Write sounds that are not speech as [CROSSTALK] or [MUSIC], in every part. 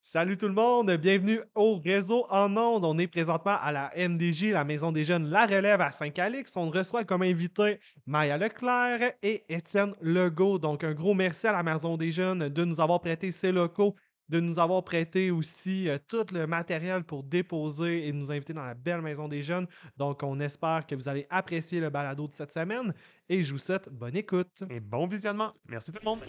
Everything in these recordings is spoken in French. Salut tout le monde, bienvenue au réseau en ondes. On est présentement à la MDJ, la Maison des Jeunes La Relève à Saint-Calix. On reçoit comme invités Maya Leclerc et Étienne Legault. Donc un gros merci à la Maison des Jeunes de nous avoir prêté ces locaux, de nous avoir prêté aussi euh, tout le matériel pour déposer et nous inviter dans la belle Maison des Jeunes. Donc on espère que vous allez apprécier le balado de cette semaine et je vous souhaite bonne écoute. Et bon visionnement. Merci tout le monde.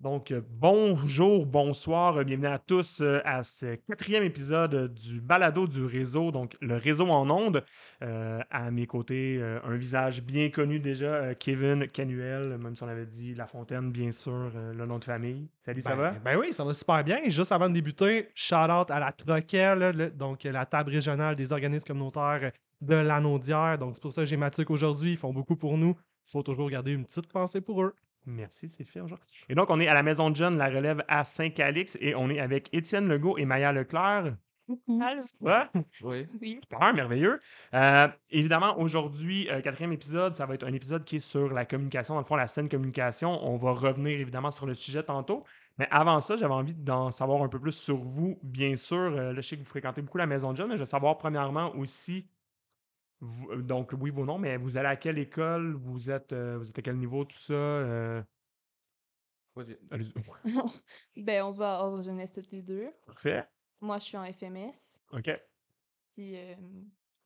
Donc, euh, bonjour, bonsoir, euh, bienvenue à tous euh, à ce quatrième épisode euh, du balado du réseau, donc le réseau en ondes. Euh, à mes côtés, euh, un visage bien connu déjà, euh, Kevin Canuel, même si on avait dit La Fontaine, bien sûr, euh, le nom de famille. Salut, ça ben, va? ben oui, ça va super bien. Et Juste avant de débuter, shout-out à la Troquelle, le- donc euh, la table régionale des organismes communautaires euh, de l'Anaudière. Donc, c'est pour ça que j'ai Mathieu aujourd'hui. Ils font beaucoup pour nous. Il faut toujours garder une petite pensée pour eux. Merci, c'est fait. Jean. Et donc, on est à la Maison de John, la relève à Saint-Calix, et on est avec Étienne Legault et Maya Leclerc. Allô? Ouais. Oui. Oui. Super, merveilleux. Euh, évidemment, aujourd'hui, euh, quatrième épisode, ça va être un épisode qui est sur la communication, dans le fond, la saine communication. On va revenir évidemment sur le sujet tantôt. Mais avant ça, j'avais envie d'en savoir un peu plus sur vous, bien sûr. Euh, là, je sais que vous fréquentez beaucoup la Maison de Jeunes, mais je veux savoir premièrement aussi, vous- euh, donc oui, vos noms, mais vous allez à quelle école, vous êtes, euh, vous êtes à quel niveau, tout ça. euh, Vas-y. allez-y. Ben, on va à Ordre Jeunesse toutes les deux. [LAUGHS] Parfait. Moi, je suis en FMS. OK. Puis, euh,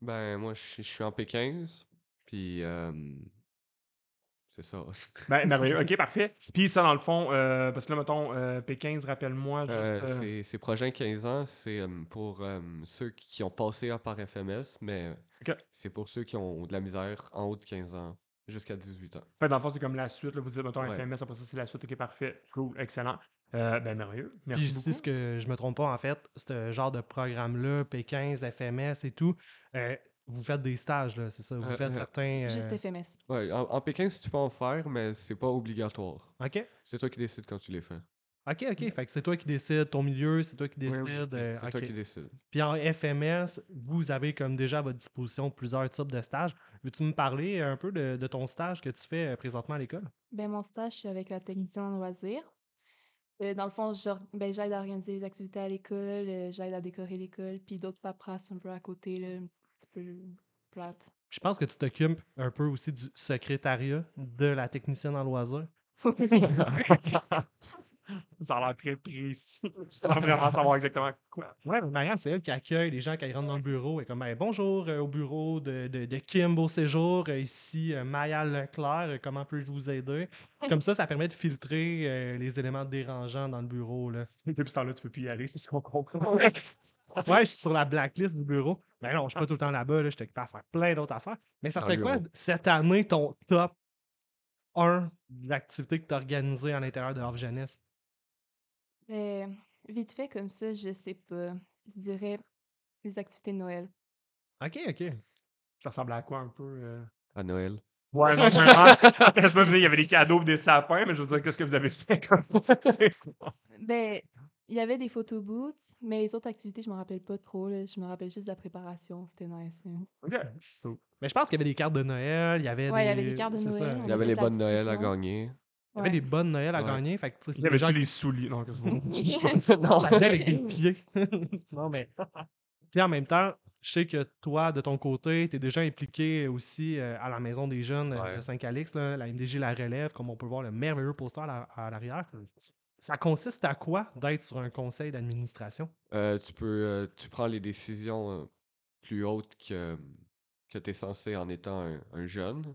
Ben, moi, je suis- je suis en P15, puis euh, c'est ça. [LAUGHS] Ben, merveilleux. OK, parfait. Puis ça, dans le fond, euh, parce que là, mettons, euh, P15, rappelle-moi. juste, Euh, euh, c'est- Ces prochains 15 ans, c'est euh, pour euh, ceux qui ont passé là par FMS, mais Ok. c'est pour ceux qui ont de la misère en haut de 15 ans jusqu'à 18 ans. Fait, que ben, dans le fond, c'est comme la suite. Là, vous dites, mettons, Ouais. FMS, après ça, c'est la suite. OK, parfait. Cool, excellent. Euh, ben, merveilleux. Merci Puis beaucoup. si ce que je me trompe pas, en fait, ce genre de programme-là, P15, FMS et tout, euh, vous faites des stages, là, c'est ça? Vous Euh, faites euh, certains. euh, juste FMS. Ouais, en, en P15, tu peux en faire, mais c'est pas obligatoire. OK. C'est toi qui décides quand tu les fais. OK, OK. Fait que c'est toi qui décides ton milieu, c'est toi qui Oui, décides. oui, euh, C'est toi OK. qui décides. Puis en FMS, vous avez comme déjà à votre disposition plusieurs types de stages. Veux-tu me parler un peu de, de ton stage que tu fais euh, présentement à l'école? Ben, mon stage, je suis avec la technicienne en loisirs. Euh, dans le fond, j'or- ben, j'aide à organiser les activités à l'école, euh, j'aide à décorer l'école, puis d'autres paperasses un peu à côté, là, un petit peu plate. Je pense que tu t'occupes un peu aussi du secrétariat de la technicienne en loisir. [LAUGHS] [LAUGHS] Ça a l'air très précis. Ça va vraiment savoir exactement quoi. Ouais, mais Marianne, c'est elle qui accueille les gens quand ils rentrent dans le bureau. Elle est comme Ben, bonjour euh, au bureau de, de, de Kim Beau Séjour, euh, ici euh, Maya Leclerc, euh, comment peux-je vous [LAUGHS] aider? Comme ça, ça permet de filtrer euh, les éléments dérangeants dans le bureau. Là. Et depuis ce temps-là, tu peux plus y aller, c'est ce qu'on comprend. [LAUGHS] Ouais, je suis sur la blacklist du bureau. Mais non, je suis pas tout le temps là-bas. Là, je suis occupé à faire plein d'autres affaires. Mais ça Dans serait le quoi bureau. cette année ton top 1 de l'activité que tu as organisée à l'intérieur de Off Jeunesse? Mais vite fait, comme ça, je sais pas. Je dirais les activités de Noël. Ok, ok. Ça ressemble à quoi un peu euh? À Noël. Ouais, non, vraiment. Je me disais, il y avait des cadeaux, des sapins, mais je veux dire, qu'est-ce que vous avez fait comme Ben, il y avait des photo booths, mais les autres activités, je me rappelle pas trop. là. Je me rappelle juste de la préparation. C'était nice. hein. Ok, c'est tout. Mais Ben, je pense qu'il y avait des cartes de Noël. Il y avait Ouais, des... il y avait des cartes de c'est ça. Noël, Il Ouais, y avait c'est les la bonnes Noël à discussion. gagner. Il y avait Ouais. des bonnes Noël à Ouais. gagner. Fait que, tu sais, Il c'est y des gens avait-tu qui- les souliers? Non, qu'est-ce que ça venait avec des pieds. [LAUGHS] non, mais. Puis en même temps, je sais que toi, de ton côté, tu es déjà impliqué aussi euh, à la Maison des Jeunes euh, de Ouais. Saint-Calix, là, la MDG La Relève, comme on peut voir le merveilleux poster à la- à l'arrière. Mmh. Ça consiste à quoi d'être sur un conseil d'administration? Euh, tu peux, euh, tu prends les décisions euh, plus hautes que, euh, que tu es censé en étant un, un jeune.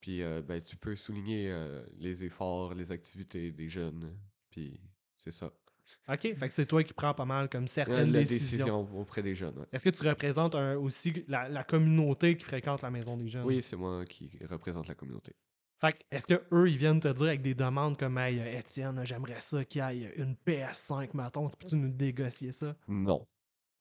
Puis euh, ben, tu peux souligner euh, les efforts, les activités des jeunes. Puis c'est ça. OK, fait que c'est toi qui prends pas mal comme Euh, certaines la décisions. décision auprès des jeunes. ouais. Est-ce que tu représentes un- aussi la, la communauté qui fréquente la Maison Euh. des Jeunes? Oui, c'est moi qui représente la communauté. Fait que, est-ce que eux ils viennent te dire avec des demandes comme Hey, euh, Étienne, j'aimerais ça qu'il y ait une PS5, mettons, tu peux-tu nous négocier ça? Non.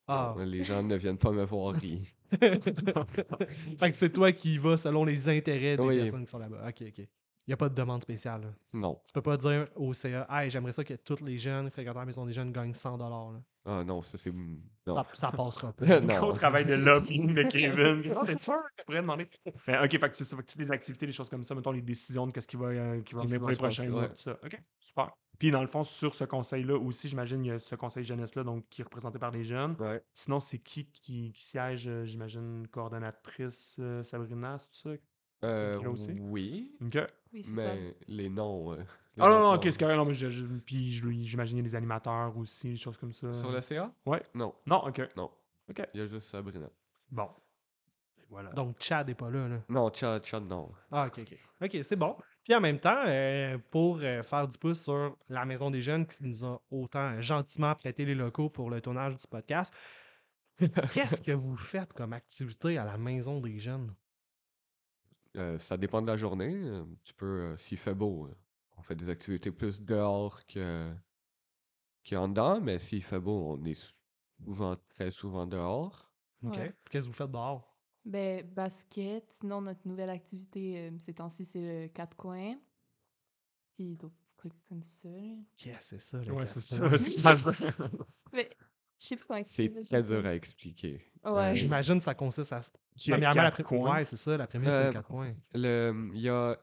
Ah. Non, Les gens ne viennent pas me voir rire. fait que c'est toi qui y vas selon les intérêts des Oui. personnes qui sont là-bas. Ok, ok. Il n'y a pas de demande spéciale. là. [LAUGHS] Non. Tu peux pas dire au CA, hey, j'aimerais ça que tous les jeunes fréquentant la maison des jeunes gagnent 100 là. Ah non, ça c'est. Non. Ça, ça [LAUGHS] passera pas. Non. Gros travail de lobbying de Kevin. Oh, t'es sûr? Tu pourrais demander. Ben, OK, fait que c'est ça. Fait que toutes les activités, les choses comme ça, mettons les décisions de qu'est-ce qui va, euh, qui va Qu'est-ce venir qui pour va les se passer, prochains mois, ouais. tout ça. OK, super. Puis dans le fond, sur ce conseil-là aussi, j'imagine, il y a ce conseil jeunesse-là, donc qui est représenté par les jeunes. Ouais. Sinon, c'est qui qui, qui siège, euh, j'imagine, coordonnatrice euh, Sabrina, c'est tout Euh, Là aussi? oui, ça? OK. Oui, c'est ça. mais les noms. euh, les Ah non, noms non, sont- OK, c'est correct. Non, mais je- je- puis je- j'imaginais les animateurs aussi, des choses comme ça. Sur le CA Ouais. Non, Non, OK. non. OK. Il y a juste Sabrina. Bon. Et Voilà. Donc, Chad n'est pas là, là. Non, Chad, Chad, non. Ah, ok, ok. Ok, c'est bon. Puis en même temps, euh, pour euh, faire du pouce sur la Maison des Jeunes qui nous a autant euh, gentiment prêté les locaux pour le tournage du podcast, [LAUGHS] qu'est-ce que vous faites comme activité à la Maison des Jeunes? Euh, ça dépend de la journée. euh, Tu peux, euh, s'il fait beau, euh, on fait des activités plus dehors que qu'en dedans, mais s'il fait beau, on est souvent, très souvent dehors. Ok. Ouais. Qu'est-ce que vous faites dehors? Ben, basket. Sinon, notre nouvelle activité euh, ces temps-ci, c'est le quatre coins. Puis d'autres petits trucs comme ça. là. Yes, c'est ça. [LAUGHS] les [LAUGHS] Ouais, c'est personnes. ça. c'est pas [LAUGHS] ça. Mais je sais plus comment C'est expliquer, très je sais dur pas. à expliquer. Ouais. J'imagine que ça consiste à. Qui est Premièrement, quatre l'après- coins. Ouais, c'est ça. L'après-midi, c'est Euh, le quatre coins. Le- Il y a,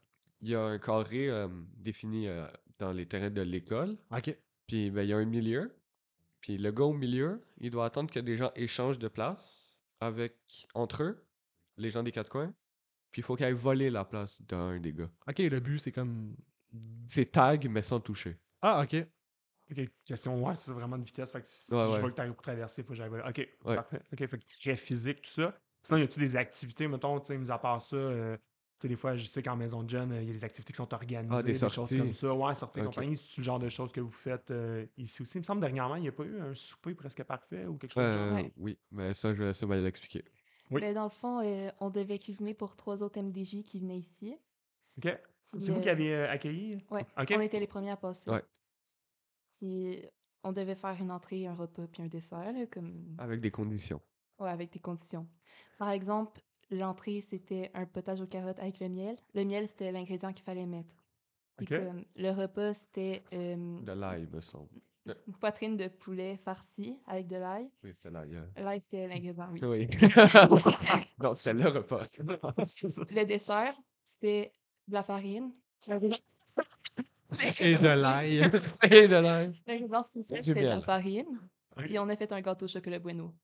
il y a un carré euh, défini euh, dans les terrains de l'école. Ok. Puis ben, il y a un milieu. Puis le gars au milieu, il doit attendre que des gens échangent de place avec entre eux, les gens des quatre coins. Puis il faut qu'il aille voler la place d'un des gars. Ok, le but, c'est comme. C'est tag, mais sans toucher. Ah, ok. Ok, question, ouais, c'est vraiment de vitesse. Fait que si Ouais, je ouais. vois que t'arrives pour traverser, il faut que j'aille. voler. Ok, Ouais. parfait. Ok, fait que très physique, tout ça. Sinon, y a-tu des activités, mettons, tu sais, mis à part ça, euh, tu sais, des fois, je sais qu'en maison de jeunes, il y a des activités qui sont organisées, Ah, des des, choses sorties. comme ça. Ouais, sorties et Ok. compagnie, c'est le genre de choses que vous faites euh, ici aussi. Il me semble dernièrement, il n'y a pas eu un souper presque parfait ou quelque chose comme Euh, Ouais. Oui, mais ça, je vais laisser mal l'expliquer. Oui. Ben, dans le fond, euh, on devait cuisiner pour trois autres MDJ qui venaient ici. ça. Ok. C'est Puis, vous qui euh, avez euh, accueilli? Ouais, Ok. on était les premiers à passer. Ouais. Puis, on devait faire une entrée, un repas, puis un dessert, là, comme... Avec des conditions. ouais, avec des conditions. Par exemple, l'entrée, c'était un potage aux carottes avec le miel. Le miel, c'était l'ingrédient qu'il fallait mettre. Puis Ok. comme le repas, c'était euh, De l'ail, me semble. une poitrine de poulet farcie avec de l'ail. Oui, c'était l'ail. euh. L'ail, c'était l'ingrédient, oui. [LAUGHS] [LAUGHS] Oui. non, c'était le repas. Le dessert, c'était de la farine. Et de l'ail. Et de l'ail. L'ingrédient [LAUGHS] spécial, Du c'était de la miel. farine. Ok. Puis on a fait un gâteau au chocolat bueno.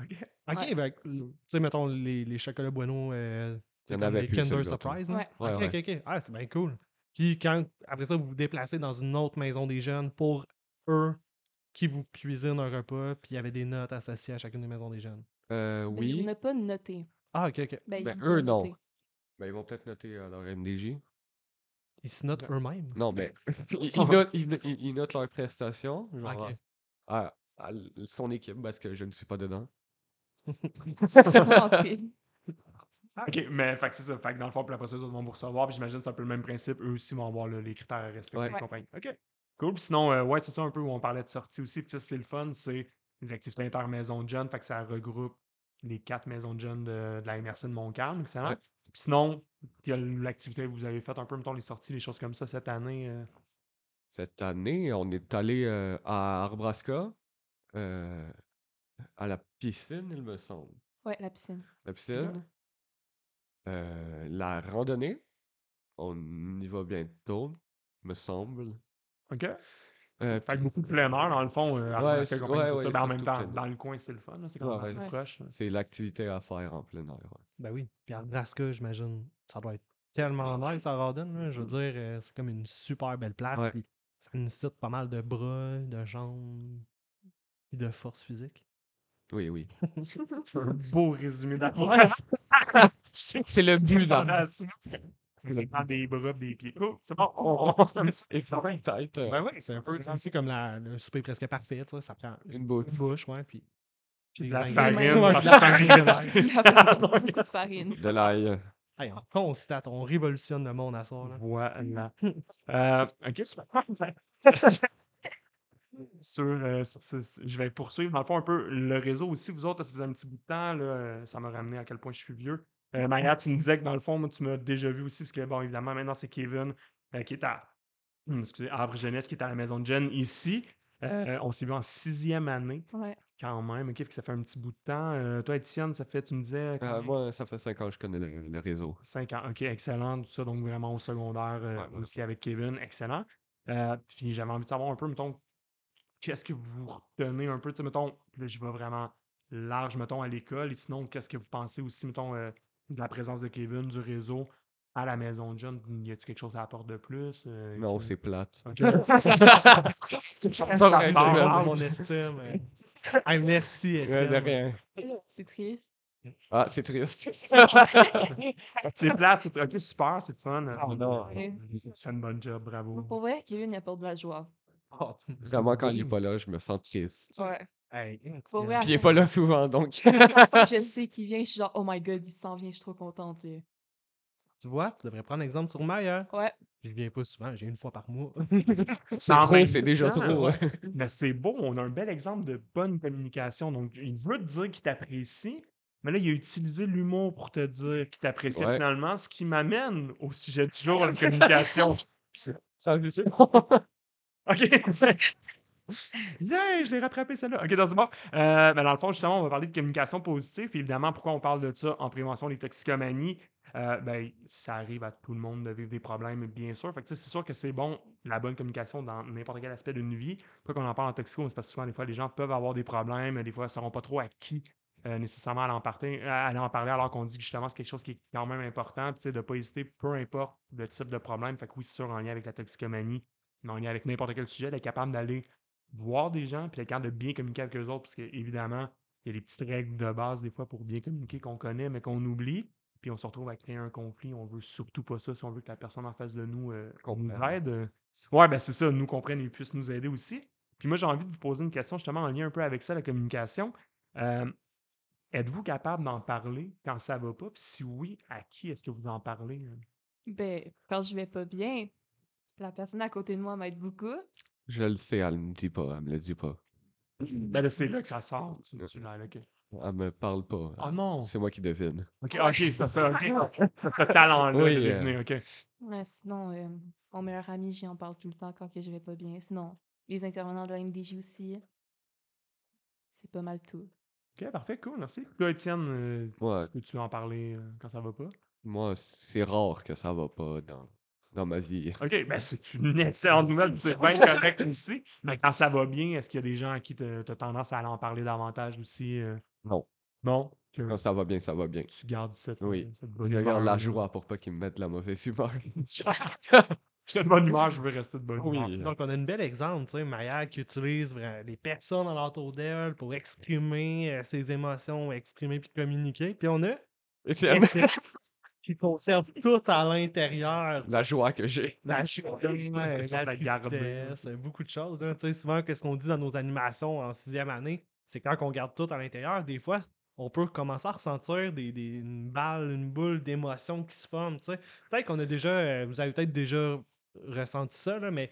Ok. Ok, Ouais. ben, tu sais, mettons les, les chocolats bueno, euh, Il tu sais, y en comme avait les plus, Kinder celui-là, toi. Surprise. là. Ouais. Ouais, ok, ouais. ok, ok. Ah, c'est bien cool. Puis quand, après ça, vous vous déplacez dans une autre maison des jeunes pour eux qui vous cuisinent un repas, puis il y avait des notes associées à chacune des maisons des jeunes. Euh, Ben, oui. On n'a pas noté. Ah, ok, ok. Ben, Ben, ils l'ont eux, non. noté. [LAUGHS] Ben, ils vont peut-être noter euh, leur MDJ. Ils se notent eux-mêmes. Non, [LAUGHS] mais [LAUGHS] ils, ils notent, ils no- ils- ils notent leurs prestations, genre Ok. à, à l- son équipe, parce que je ne suis pas dedans. Ils l'ont noté. Ah, Ok, mais fait que c'est ça. Fait que dans le fond, puis après ça, ils vont vous recevoir. Puis j'imagine que c'est un peu le même principe. Eux aussi vont avoir là, les critères à respecter Ouais. et Ouais. compagnie. OK. Cool. Puis sinon, euh, ouais, c'est ça un peu où on parlait de sortie aussi. Puis ça, c'est le fun. C'est les activités inter-maison de jeunes. Fait que ça regroupe les quatre maisons de jeunes de, de la MRC de Montcalm. Excellent. Ouais. Puis sinon, il y a l'activité que vous avez faite un peu, mettons, les sorties, les choses comme ça cette année. euh. Cette année, on est allé euh, à Arbraska, euh, à la piscine, il me semble. Ouais, la piscine. La piscine. Euh, la randonnée. On y va bientôt, me semble. OK. Fait Euh, que puis beaucoup de plein air, dans le fond, euh, à Ouais, Arnaque et c'est- compagnie, ouais, tout ouais, ça. Ben, en surtout même temps, plein air. dans le coin, c'est le fun. là, C'est quand même Ouais, assez ouais. proche. [LAUGHS] là. c'est l'activité à faire en plein air. ouais. Ben oui. Puis à Nebraska, j'imagine, ça doit être tellement nice à Rawdon. là. Je veux dire, euh, c'est comme une super belle plate. Ouais. Puis ça nécessite pas mal de bras, de jambes, puis de force physique. Oui, oui. C'est un beau résumé d'avance. C'est le but dans la suite. Dans des bras, des pieds. Oh, c'est bon, on on fait ça. Peut-être euh, Ben oui, c'est un peu tu sais, aussi comme la, le souper presque parfait. tu sais, Ça prend une une bouche. bouche, ouais. Puis Puis des de la ingrédients. farine. Ouais, parce de la que c'est un [LAUGHS] ingrédient La spécial, farine, donc- beaucoup de farine. De l'ail. Hey, on constate, on révolutionne le monde à ça. là. Voilà. Euh, ok, super. [LAUGHS] sur, euh, sur ce- je vais poursuivre, dans le fond, un peu le réseau aussi. Vous autres, si vous avez un petit bout de temps, là, euh, ça m'a ramené à quel point je suis vieux. Euh, Maria, tu me disais que dans le fond, moi, tu m'as déjà vu aussi, parce que, bon, évidemment, maintenant, c'est Kevin euh, qui est à hum, excusez, à Havre Jeunesse, qui est à la maison de Jen ici. Euh, on s'est vu en sixième année, Ouais. quand même, ok, fait que ça fait un petit bout de temps. Euh, toi, Étienne, ça fait, tu me disais, Euh, combien? moi, ça fait cinq ans que je connais le, le réseau. Cinq ans. OK, excellent. Tout ça, donc vraiment au secondaire euh, Ouais, ouais. aussi avec Kevin. Excellent. Euh, puis j'avais envie de savoir un peu, mettons, qu'est-ce que vous retenez un peu, tu sais, mettons, là, j'y vais vraiment large, mettons, à l'école. Et sinon, qu'est-ce que vous pensez aussi, mettons, euh, de la présence de Kevin, du réseau à la maison de jeunes? Y a-t-il quelque chose à apporter de plus? Euh, Non, tu- c'est plate. OK. [LAUGHS] Ça, sort c'est out. vraiment mon estime. hein. Hey, merci, Ouais, Étienne. de rien. C'est triste. Ah, c'est triste. C'est plate, c'est OK, super, c'est fun. Ah, Oh, [LAUGHS] hein. non. Tu fais une bonne job, bravo. Pour vrai, Kevin, il apporte de la joie. Oh, Vraiment, quand il est pas là, je me sens triste. Ouais. hey, Pour Étienne. vrai, à Puis il est chaque pas là souvent, donc. [LAUGHS] fois que je sais qu'il vient, je suis genre, oh my god, il s'en vient, je suis trop contente. là. Tu vois, tu devrais prendre exemple sur Maya. Ouais. Je viens pas souvent, j'ai une fois par [LAUGHS] mois. [LAUGHS] C'est en trop, même c'est déjà temps, trop. hein. Mais c'est beau, on a un bel exemple de bonne communication. Donc, il veut te dire qu'il t'apprécie, mais là, il a utilisé l'humour pour te dire qu'il t'apprécie Ouais. finalement, ce qui m'amène au sujet du jour, la communication. [LAUGHS] OK. [LAUGHS] yeah, je l'ai rattrapé celle-là. OK, dans ce bon. Euh, ben, dans le fond, justement, on va parler de communication positive. Puis évidemment, pourquoi on parle de ça en prévention des toxicomanies? Euh, ben, ça arrive à tout le monde de vivre des problèmes, bien sûr. Fait que, tu sais, c'est sûr que c'est bon, la bonne communication dans n'importe quel aspect d'une vie. Pourquoi qu'on en parle en toxico? C'est parce que souvent, des fois, les gens peuvent avoir des problèmes. Des fois, ils ne sauront pas trop à qui euh, nécessairement à en, parler, euh, à à en parler, alors qu'on dit que justement, c'est quelque chose qui est quand même important. Puis, tu sais, de ne pas hésiter, peu importe le type de problème. Fait que oui, c'est sûr, en lien avec la toxicomanie, mais en lien avec n'importe quel sujet, d'être capable d'aller voir des gens, puis d'être capable de bien communiquer avec eux autres, parce qu'évidemment, il y a des petites règles de base des fois pour bien communiquer qu'on connaît, mais qu'on oublie. Puis on se retrouve à créer un conflit. On veut surtout pas ça si on veut que la personne en face de nous euh, nous Comprenne. aide. euh. Ouais, ben c'est ça, nous comprenne et puisse nous aider aussi. Puis moi, j'ai envie de vous poser une question justement en lien un peu avec ça, la communication. Euh, Êtes-vous capable d'en parler quand ça va pas? Puis si oui, à qui est-ce que vous en parlez? euh? Ben, quand je vais pas bien, la personne à côté de moi m'aide beaucoup. Je le sais, elle me dit pas, elle me le dit pas. Ben là, c'est là que ça sort. Tu, Ouais. tu l'as, là, ok. Elle me parle pas. Oh non! C'est moi qui devine. Ok, ok, c'est parce que ok, [LAUGHS] ce talent-là Oui, de euh, deviner, ok. Ouais, sinon, euh, mon meilleur ami, j'y en parle tout le temps quand que je vais pas bien. Sinon, les intervenants de la MDJ aussi. C'est pas mal tout. Ok, parfait, cool, merci. Toi, Étienne, euh, Moi, peux-tu en parler euh, quand ça va pas? moi c'est rare que ça va pas dans, dans ma vie. Ok, ben c'est une excellente nouvelle, c'est bien correct aussi. Mais quand ça va bien, est-ce qu'il y a des gens à qui tu as tendance à aller en parler davantage aussi? euh? Non. Non? Que Quand ça va bien, ça va bien. tu gardes cette, euh, Oui. cette bonne Je garde humeur, la là. joie pour pas qu'ils me mettent de la mauvaise [LAUGHS] humeur. J'étais de bonne humeur, je veux rester de bonne Oui. humeur. Donc, on a une belle exemple, tu sais, Maya qui utilise vra- les personnes à l'entour d'elle pour exprimer euh, ses émotions, exprimer puis communiquer. Puis on a Étienne, Étienne qui conserve tout à [LAUGHS] l'intérieur. tu sais, [LAUGHS] la joie que j'ai. La joie, la l'impression de la garder, tristesse, c'est ça. beaucoup de choses. hein. Tu sais, souvent, qu'est-ce qu'on dit dans nos animations en sixième année, c'est quand on garde tout à l'intérieur, des fois, on peut commencer à ressentir des, des- une balle, une boule d'émotions qui se forment. tu sais. Peut-être qu'on a déjà, euh, vous avez peut-être déjà ressenti ça, là, mais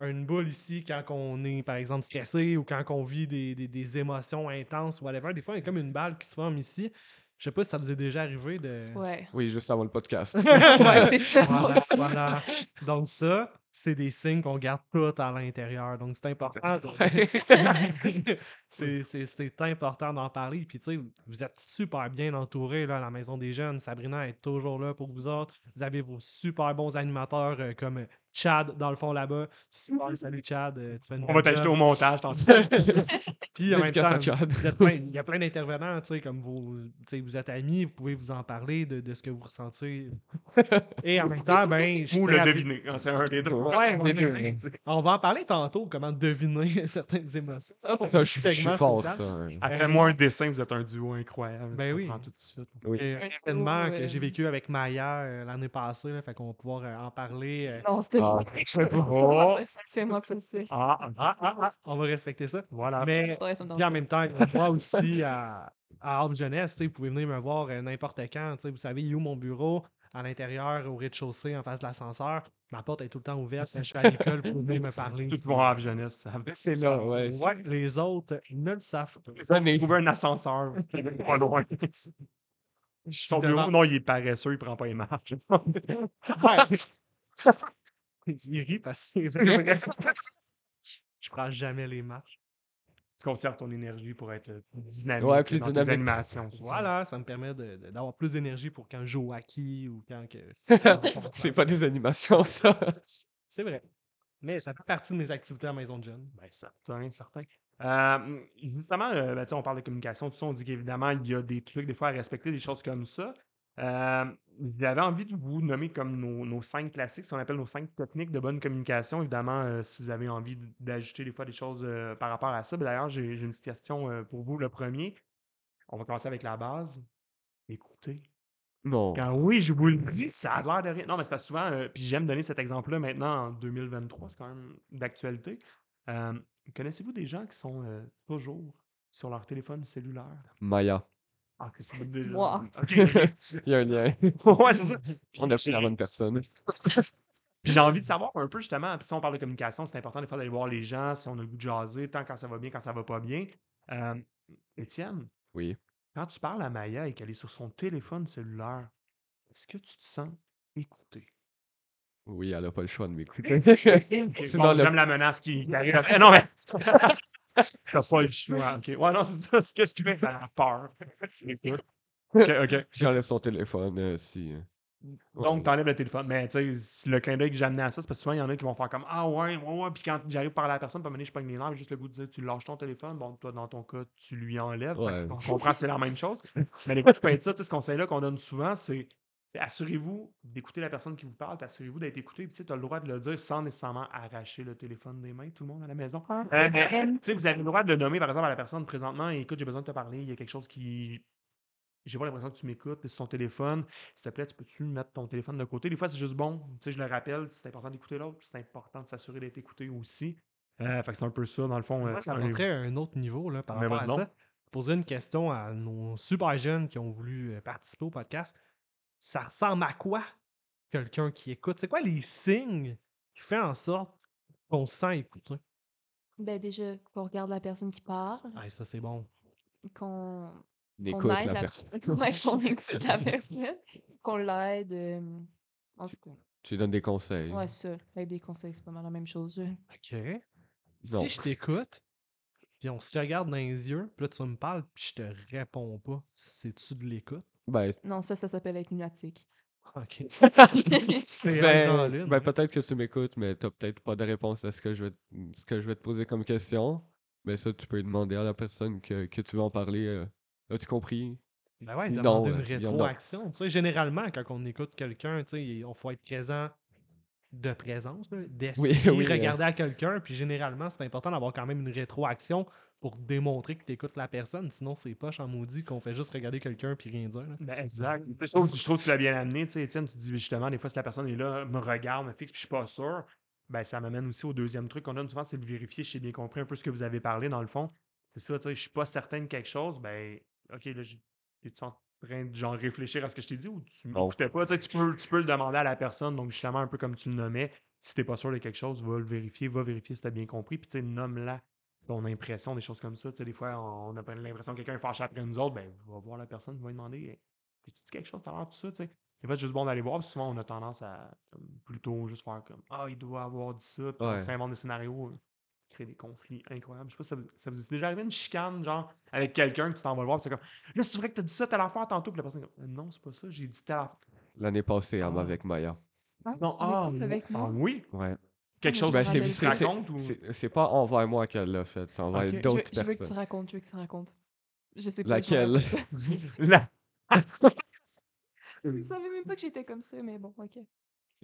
une boule ici, quand on est, par exemple, stressé ou quand on vit des, des- des émotions intenses, whatever, des fois, il y a comme une balle qui se forme ici. Je sais pas si ça vous est déjà arrivé de. Ouais. Oui, juste avant le podcast. [LAUGHS] Ouais, c'est ça. Voilà, voilà. Donc ça, c'est des signes qu'on garde tout à l'intérieur. Donc c'est important. de- [LAUGHS] c'est c'est- c'est important d'en parler. Puis tu sais, vous êtes super bien entourés là, à la Maison des Jeunes. Sabrina est toujours là pour vous autres. Vous avez vos super bons animateurs euh, comme euh, Chad dans le fond là-bas. Super, salut Chad. euh, tu fais une Mmh. On belle va t'ajouter job. au montage, [LAUGHS] t'en sais. Puis en même Dédicace à temps, Chad. vous êtes plein- il y a plein d'intervenants, tu sais, comme vous, tu sais, vous êtes amis, vous pouvez vous en parler de, de ce que vous ressentez. Et en même temps, ben, je Ou tiens le à- deviner. hein, C'est un des deux. Ouais, on deviner. On va en parler tantôt, comment deviner [LAUGHS] certaines émotions. Je suis- je suis Ah, Segment fort, spécial. ça. hein. Après moi, un dessin, vous êtes un duo incroyable. Ben tu oui. comprends [LAUGHS] tout de suite. Et un Un événement jour, que euh, j'ai vécu avec Maya euh, l'année passée, là, fait qu'on va pouvoir euh, en parler. euh, Non, c'était Ah, Oh. pas. Fais-moi pas ça, Fais-moi pas ça. Oh. Ah, ah, ah, ah. on va respecter ça. Voilà. Mais C'est pas vrai, ça me tente Puis en pas. même temps, moi aussi à, à Havre Jeunesse, tu sais, vous pouvez venir me voir euh, n'importe quand. tu sais, Vous savez, il est où mon bureau? À l'intérieur, au rez-de-chaussée, en face de l'ascenseur. Ma porte est tout le temps ouverte. Quand je suis à l'école, vous pouvez me [LAUGHS] parler. Tous vont à jeunesse. ça va. C'est là, ouais. Ouais, les autres ne le euh, savent pas. [LAUGHS] Ils ont trouvé un ascenseur. c'est pas loin. Je suis Son bureau, devant- non, il est paresseux, il prend pas les marches. [LAUGHS] Il rit parce que c'est vrai. Je prends jamais les marches. tu conserves ton énergie pour être plus dynamique Ouais, plus dans tes dynamique. animations. c'est ça. Voilà, ça me permet de- de- d'avoir plus d'énergie pour quand je joue au hockey ou quand que. [LAUGHS] C'est pas des animations, [LAUGHS] ça. C'est vrai. Mais ça fait partie de mes activités à la maison de jeunes. Ben, certain, certain. Euh, justement, euh, ben, tu sais, on parle de communication, tout ça, on dit qu'évidemment, il y a des trucs des fois à respecter, des choses comme ça. Euh, J'avais envie de vous nommer comme nos, nos cinq classiques, ce qu'on appelle nos cinq techniques de bonne communication. Évidemment, euh, si vous avez envie d- d'ajouter des fois des choses euh, par rapport à ça. Ben, D'ailleurs, j'ai j'ai une petite question euh, pour vous, le premier. On va commencer avec la base. Écoutez. Non. Quand Ah oui, je vous le dis, ça a l'air de rien. Non, mais c'est parce que souvent, euh, puis j'aime donner cet exemple-là maintenant en 2023, c'est quand même d'actualité. Euh, Connaissez-vous des gens qui sont euh, toujours sur leur téléphone cellulaire? Maya. Ah, que c'est [LAUGHS] déjà. Moi. Ok, ok. [LAUGHS] Il y a un lien. ouais, c'est ça. On a pris la bonne personne. Puis j'ai envie de savoir un peu justement, puis si on parle de communication, c'est important des fois d'aller voir les gens, si on a le goût de jaser, tant quand ça va bien, quand ça va pas bien. Euh, Étienne, Oui. quand tu parles à Maya et qu'elle est sur son téléphone cellulaire, est-ce que tu te sens écouté? Oui, elle a pas le choix de m'écouter. Ok, C'est bon, dans le- J'aime la menace qui qui [LAUGHS] arrive. après. non, mais. T'as pas le choix. ok. Ouais, non, c'est ça. c'est Qu'est-ce qui fait la peur? ok, ok. J'enlève son téléphone euh, si. euh, Donc, t'enlèves le téléphone. Mais, tu sais, c'est le clin d'œil que j'ai amené à ça, c'est parce que souvent, il y en a qui vont faire comme Ah, ouais, ouais, ouais. Puis quand j'arrive par la personne, pas mener, je pogne les nerfs, juste le goût de dire Tu lâches ton téléphone. Bon, toi, dans ton cas, tu lui enlèves. Fait Ouais. qu'on comprend que Euh, c'est la [LAUGHS] même chose. Mais les fois, tu peux être ça. Tu sais, ce conseil-là qu'on donne souvent, c'est c'est assurez-vous d'écouter la personne qui vous parle, puis assurez-vous d'être écouté. Puis, tu as le droit de le dire sans nécessairement arracher le téléphone des mains, tout le monde à la maison. Ah, Euh, mais, [LAUGHS] tu sais, vous avez le droit de le nommer, par exemple, à la personne présentement, écoute, j'ai besoin de te parler, il y a quelque chose qui. J'ai pas l'impression que tu m'écoutes, c'est ton téléphone. S'il te plaît, tu peux-tu mettre ton téléphone de côté? Des fois, c'est juste bon. Tu sais, je le rappelle, c'est important d'écouter l'autre, c'est important de s'assurer d'être écouté aussi. Euh, fait que c'est un peu ça, dans le fond. euh, Moi, ça un- montrait un autre niveau là, par Mais rapport à vas-y donc. ça. Poser une question à nos super jeunes qui ont voulu euh, participer au podcast. Ça ressemble à quoi quelqu'un qui écoute? C'est quoi les signes qui fait en sorte qu'on se sent écouté? Ben déjà, qu'on regarde la personne qui parle, Ah, ça, c'est bon. qu'on on qu'on écoute aide la personne. [LAUGHS] Ouais, qu'on écoute la personne, qu'on l'aide. euh, En tout cas, Tu lui donnes des conseils. ouais, ça, avec des conseils, c'est pas mal la même chose. Mm. là. OK. Non. Si je t'écoute, puis on se regarde dans les yeux, puis là, tu me parles, puis je te réponds pas, c'est-tu de l'écoute? [LAUGHS] Ben, Non, ça, ça s'appelle être lunatique. OK. ben, C'est vrai dans l'une, ben, ouais. peut-être que tu m'écoutes, mais t'as peut-être pas de réponse à ce que je vais te, ce que je vais te poser comme question. Mais ça, tu peux demander à la personne que, que tu veux en parler. euh, As-tu compris? Ben ouais, Puis demander non, une euh, il y en a. rétroaction. Tu sais, généralement, quand on écoute quelqu'un, tu sais, on faut être présent de présence, là, d'esprit, oui, euh. regarder à quelqu'un. Puis généralement, c'est important d'avoir quand même une rétroaction pour démontrer que tu écoutes la personne. Sinon, c'est poche en maudit qu'on fait juste regarder quelqu'un puis rien dire. là. Ben, exact. Je trouve, je trouve que tu l'as bien amené. Tu sais, Étienne, tu dis ben, justement, des fois, si la personne est là, me regarde, me fixe, puis je suis pas sûr, ben, ça m'amène aussi au deuxième truc qu'on donne souvent, c'est de vérifier, si j'ai bien compris un peu ce que vous avez parlé, dans le fond. C'est ça, tu sais, je suis pas certain de quelque chose, ben, OK, là, j'ai- es-tu en train de genre, réfléchir à ce que je t'ai dit ou tu Non. m'écoutais pas? Tu, sais, tu peux, tu peux le demander à la personne, donc justement, un peu comme tu le nommais, si t'es pas sûr de quelque chose, va le vérifier, va vérifier si t'as bien compris, puis tu sais, nomme-la ton impression, des choses comme ça. Tu sais, des fois, on a pas l'impression que quelqu'un est fâché après nous autres, ben, va voir la personne, va lui demander Hey, T'as-tu dit quelque chose tout à l'heure, tout ça, tu sais. C'est pas juste bon d'aller voir, parce que souvent on a tendance à comme, plutôt juste faire comme Ah, il doit avoir dit ça, puis on Ouais. s'invente des scénarios, euh, créer des conflits incroyables. Je sais pas si ça vous, ça vous est déjà arrivé une chicane, genre, avec quelqu'un que tu t'en vas le voir, puis c'est comme Là, c'est vrai que t'as dit ça, telle affaire tantôt, puis la personne est comme Non, c'est pas ça, j'ai dit telle affaire. L'année passée, elle Ah. m'a avec Maya. Hein? Non, On est ah, cool oui, avec ah moi. oui, Ouais. quelque mais chose je que me rappelle tu te plus. racontes ou. Ben, C'est c'est pas envers moi qu'elle l'a fait, c'est envers Ok. Je- Je veux, d'autres je veux que tu personnes. racontes, je veux que tu racontes. Je sais pas. je me Laquelle? rappelle Mmh. La- pas. Je savais même pas que j'étais comme ça, mais bon, ok.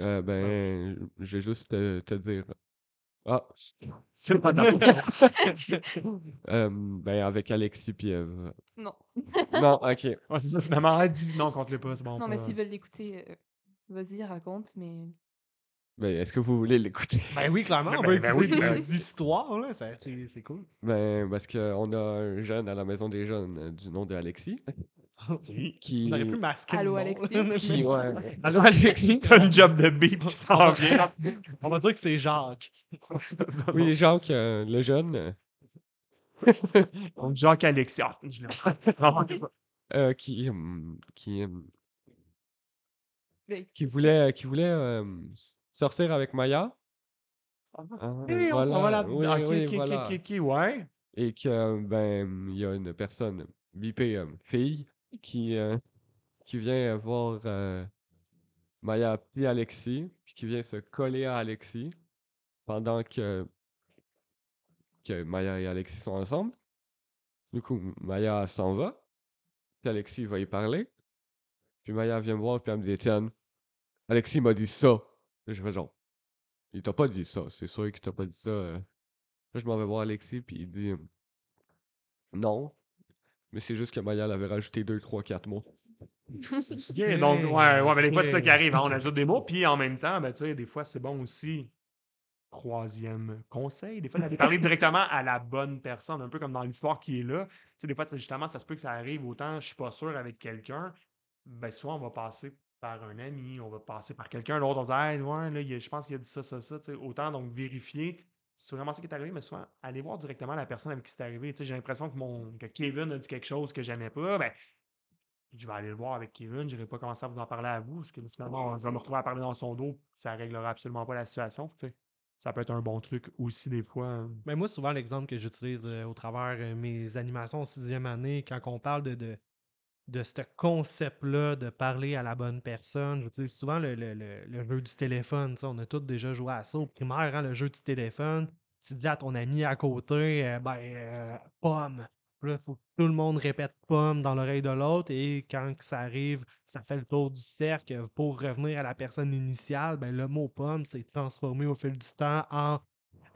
Euh, ben, je vais juste te, te dire. Ah, C'est pas euh, ben avec Alexis Pieve. Non. non, ok. [LAUGHS] Ouais, c'est ça, finalement, elle dit non, contre le pas, c'est bon. Non, pas- Mm. mais s'ils veulent l'écouter, euh, vas-y, raconte, mais. Ben, est-ce que vous voulez l'écouter? Ben oui, clairement, on Ben- veut ben écouter oui, ben des histoires. là, ça- C'est c'est cool. Ben, parce qu'on a un jeune à la maison des jeunes euh, du nom de Alexis. [LAUGHS] Oui. Qui... On aurait pu masquer le Allô, nom, là. [LAUGHS] Alexis? qui, ouais. Alors, Alexis, t'as une job de bip qui s'en vient. On va dire que c'est Jacques. Oui, Jacques, euh, le jeune. euh, [LAUGHS] Jacques Alexis. Ah, je l'ai- Non, euh, qui, hum, qui, hum, Ben, qui voulait, qui voulait euh, sortir avec Maya. Ah, Et on s'en va voilà, là Ah, oui, Ok, oui, ok, ok, voilà. ok, ok, ouais. Et que, ben, il y a une personne, bipée euh, fille, qui, euh, qui vient voir euh, Maya puis Alexis, puis qui vient se coller à Alexis pendant que, que Maya et Alexis sont ensemble. Du coup, Maya s'en va, puis Alexis va y parler. Puis Maya vient me voir, puis elle me dit Tiens, Alexis m'a dit ça. Là, je fais genre, il t'a pas dit ça, c'est sûr qu'il t'a pas dit ça. euh. Là, je m'en vais voir Alexis, puis il dit Non, mais c'est juste que Maya l'avait rajouté deux, trois, quatre mots. Ok, donc, ouais, ouais, mais des fois, c'est ça qui Ok. arrive. hein, On ajoute des mots, puis en même temps, ben, tu sais, des fois, c'est bon aussi. Troisième conseil, des fois, d'aller parler directement à la bonne personne, un peu comme dans l'histoire qui est là. Tu sais, des fois, c'est justement, ça se peut que ça arrive autant je suis pas sûr avec quelqu'un. Ben, soit on va passer par un ami, on va passer par quelqu'un, l'autre, on va dire, Hey, ouais, là, il a- je pense qu'il a dit ça, ça, ça. Tu sais, autant donc vérifier. C'est vraiment ça qui est arrivé, mais soit aller voir directement la personne avec qui c'est arrivé. Tu sais, J'ai l'impression que, mon, que Kevin a dit quelque chose que j'aimais pas. Ben, je vais aller le voir avec Kevin, je n'irai pas commencer à vous en parler à vous, parce que finalement, je vais me retrouver à parler dans son dos, puis ça réglera absolument pas la situation. tu sais. Ça peut être un bon truc aussi, des fois. hein. Mais moi, souvent, l'exemple que j'utilise euh, au travers euh, mes animations en sixième année, quand on parle de, de, de ce concept-là, de parler à la bonne personne, j'utilise souvent le, le- le- le jeu du téléphone. tu sais, On a tous déjà joué à ça au primaire, hein, le jeu du téléphone. Tu dis à ton ami à côté, euh, ben, euh, pomme. Puis Là, faut que tout le monde répète pomme dans l'oreille de l'autre et quand que ça arrive, ça fait le tour du cercle. Pour revenir à la personne initiale, ben, le mot pomme s'est transformé au fil du temps en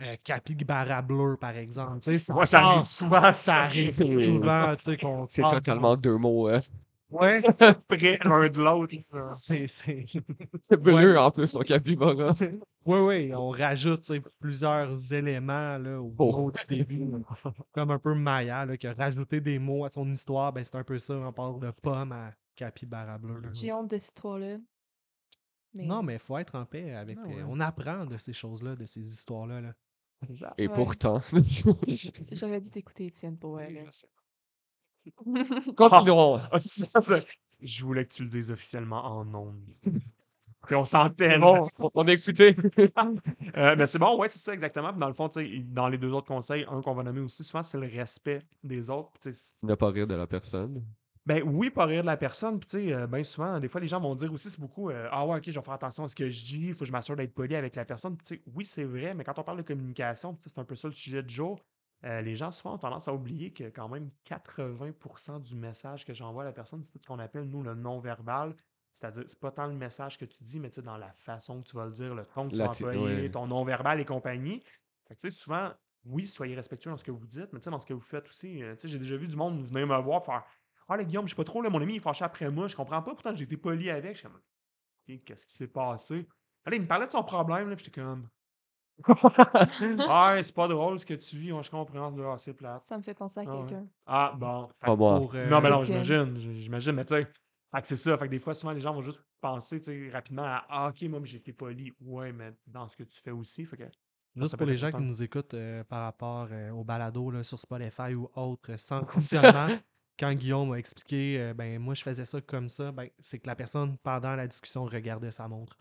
euh, capybara bleu, par exemple. Tu sais, ça, Ouais, ça part- arrive souvent, ça arrive souvent, tu sais, qu'on C'est part du- totalement deux mots. hein. [LAUGHS] Ouais, [LAUGHS] près l'un de l'autre. là. c'est... c'est- C'est bleu en plus, son capybara. Oui, oui, on rajoute tu sais, plusieurs éléments là, au Oh. au début. Comme un peu Maya, là, qui a rajouté des mots à son histoire. Ben, c'est un peu ça, on parle de pomme à capybara bleu. là. J'ai honte de cette histoire-là. Mais Non, mais il faut être en paix avec. Ah euh, ouais. on apprend de ces choses-là, de ces histoires-là. là. Et Ouais. pourtant. j'aurais dû t'écouter, Étienne, pour vrai. là. Continuons. Ah, c'est ça, ça. Je voulais que tu le dises officiellement en ondes. Puis on s'entend. Bon, [LAUGHS] On a écouté. Euh, ben, c'est bon, ouais, c'est ça exactement. Puis dans le fond, tu sais, il- dans les deux autres conseils, un qu'on va nommer aussi souvent, c'est le respect des autres. Puis, tu sais, Ne pas rire de la personne. Ben oui, pas rire de la personne. Puis, tu sais, euh, ben souvent, des fois, les gens vont dire aussi, c'est beaucoup, euh, ah ouais, ok, je vais faire attention à ce que je dis, il faut que je m'assure d'être poli avec la personne. Puis, tu sais, oui, c'est vrai, mais quand on parle de communication, puis, tu sais, c'est un peu ça le sujet du jour. euh, les gens, souvent, ont tendance à oublier que quand même 80 du message que j'envoie à la personne, c'est ce qu'on appelle, nous, le non-verbal. C'est-à-dire, c'est pas tant le message que tu dis, mais tu sais, dans la façon que tu vas le dire, le ton que tu vas L'atti- employer, ouais. ton non-verbal et compagnie. Fait que, tu sais, souvent, oui, soyez respectueux dans ce que vous dites, mais tu sais, dans ce que vous faites aussi. euh, tu sais, j'ai déjà vu du monde venir me voir faire ah là, Guillaume, je sais pas trop, là, mon ami il est fâché après moi, je comprends pas, pourtant j'ai été poli avec. Je suis comme Ok, qu'est-ce qui s'est passé? Allez, il me parlait de son problème, là, puis j'étais comme Ah, c'est pas drôle ce que tu vis, ouais, je comprends, là, ah, c'est plate. [LAUGHS] Ça me fait penser à Ah ouais. quelqu'un. Ah bon. Fait Pas moi. Pour, euh, non, mais non, Étienne. j'imagine, j- j'imagine, mais tu sais, fait que c'est ça. Fait que des fois, souvent, les gens vont juste penser tu sais, rapidement à Ah, ok, moi, mais j'ai été poli. Ouais, mais dans ce que tu fais aussi. Fait que, Juste ça pour les peut être gens qui important. nous écoutent euh, par rapport euh, au balado là, sur Spotify ou autre, euh, sans [LAUGHS] conditionnement, quand Guillaume a expliqué, euh, ben moi je faisais ça comme ça, ben, c'est que la personne pendant la discussion regardait sa [LAUGHS] montre.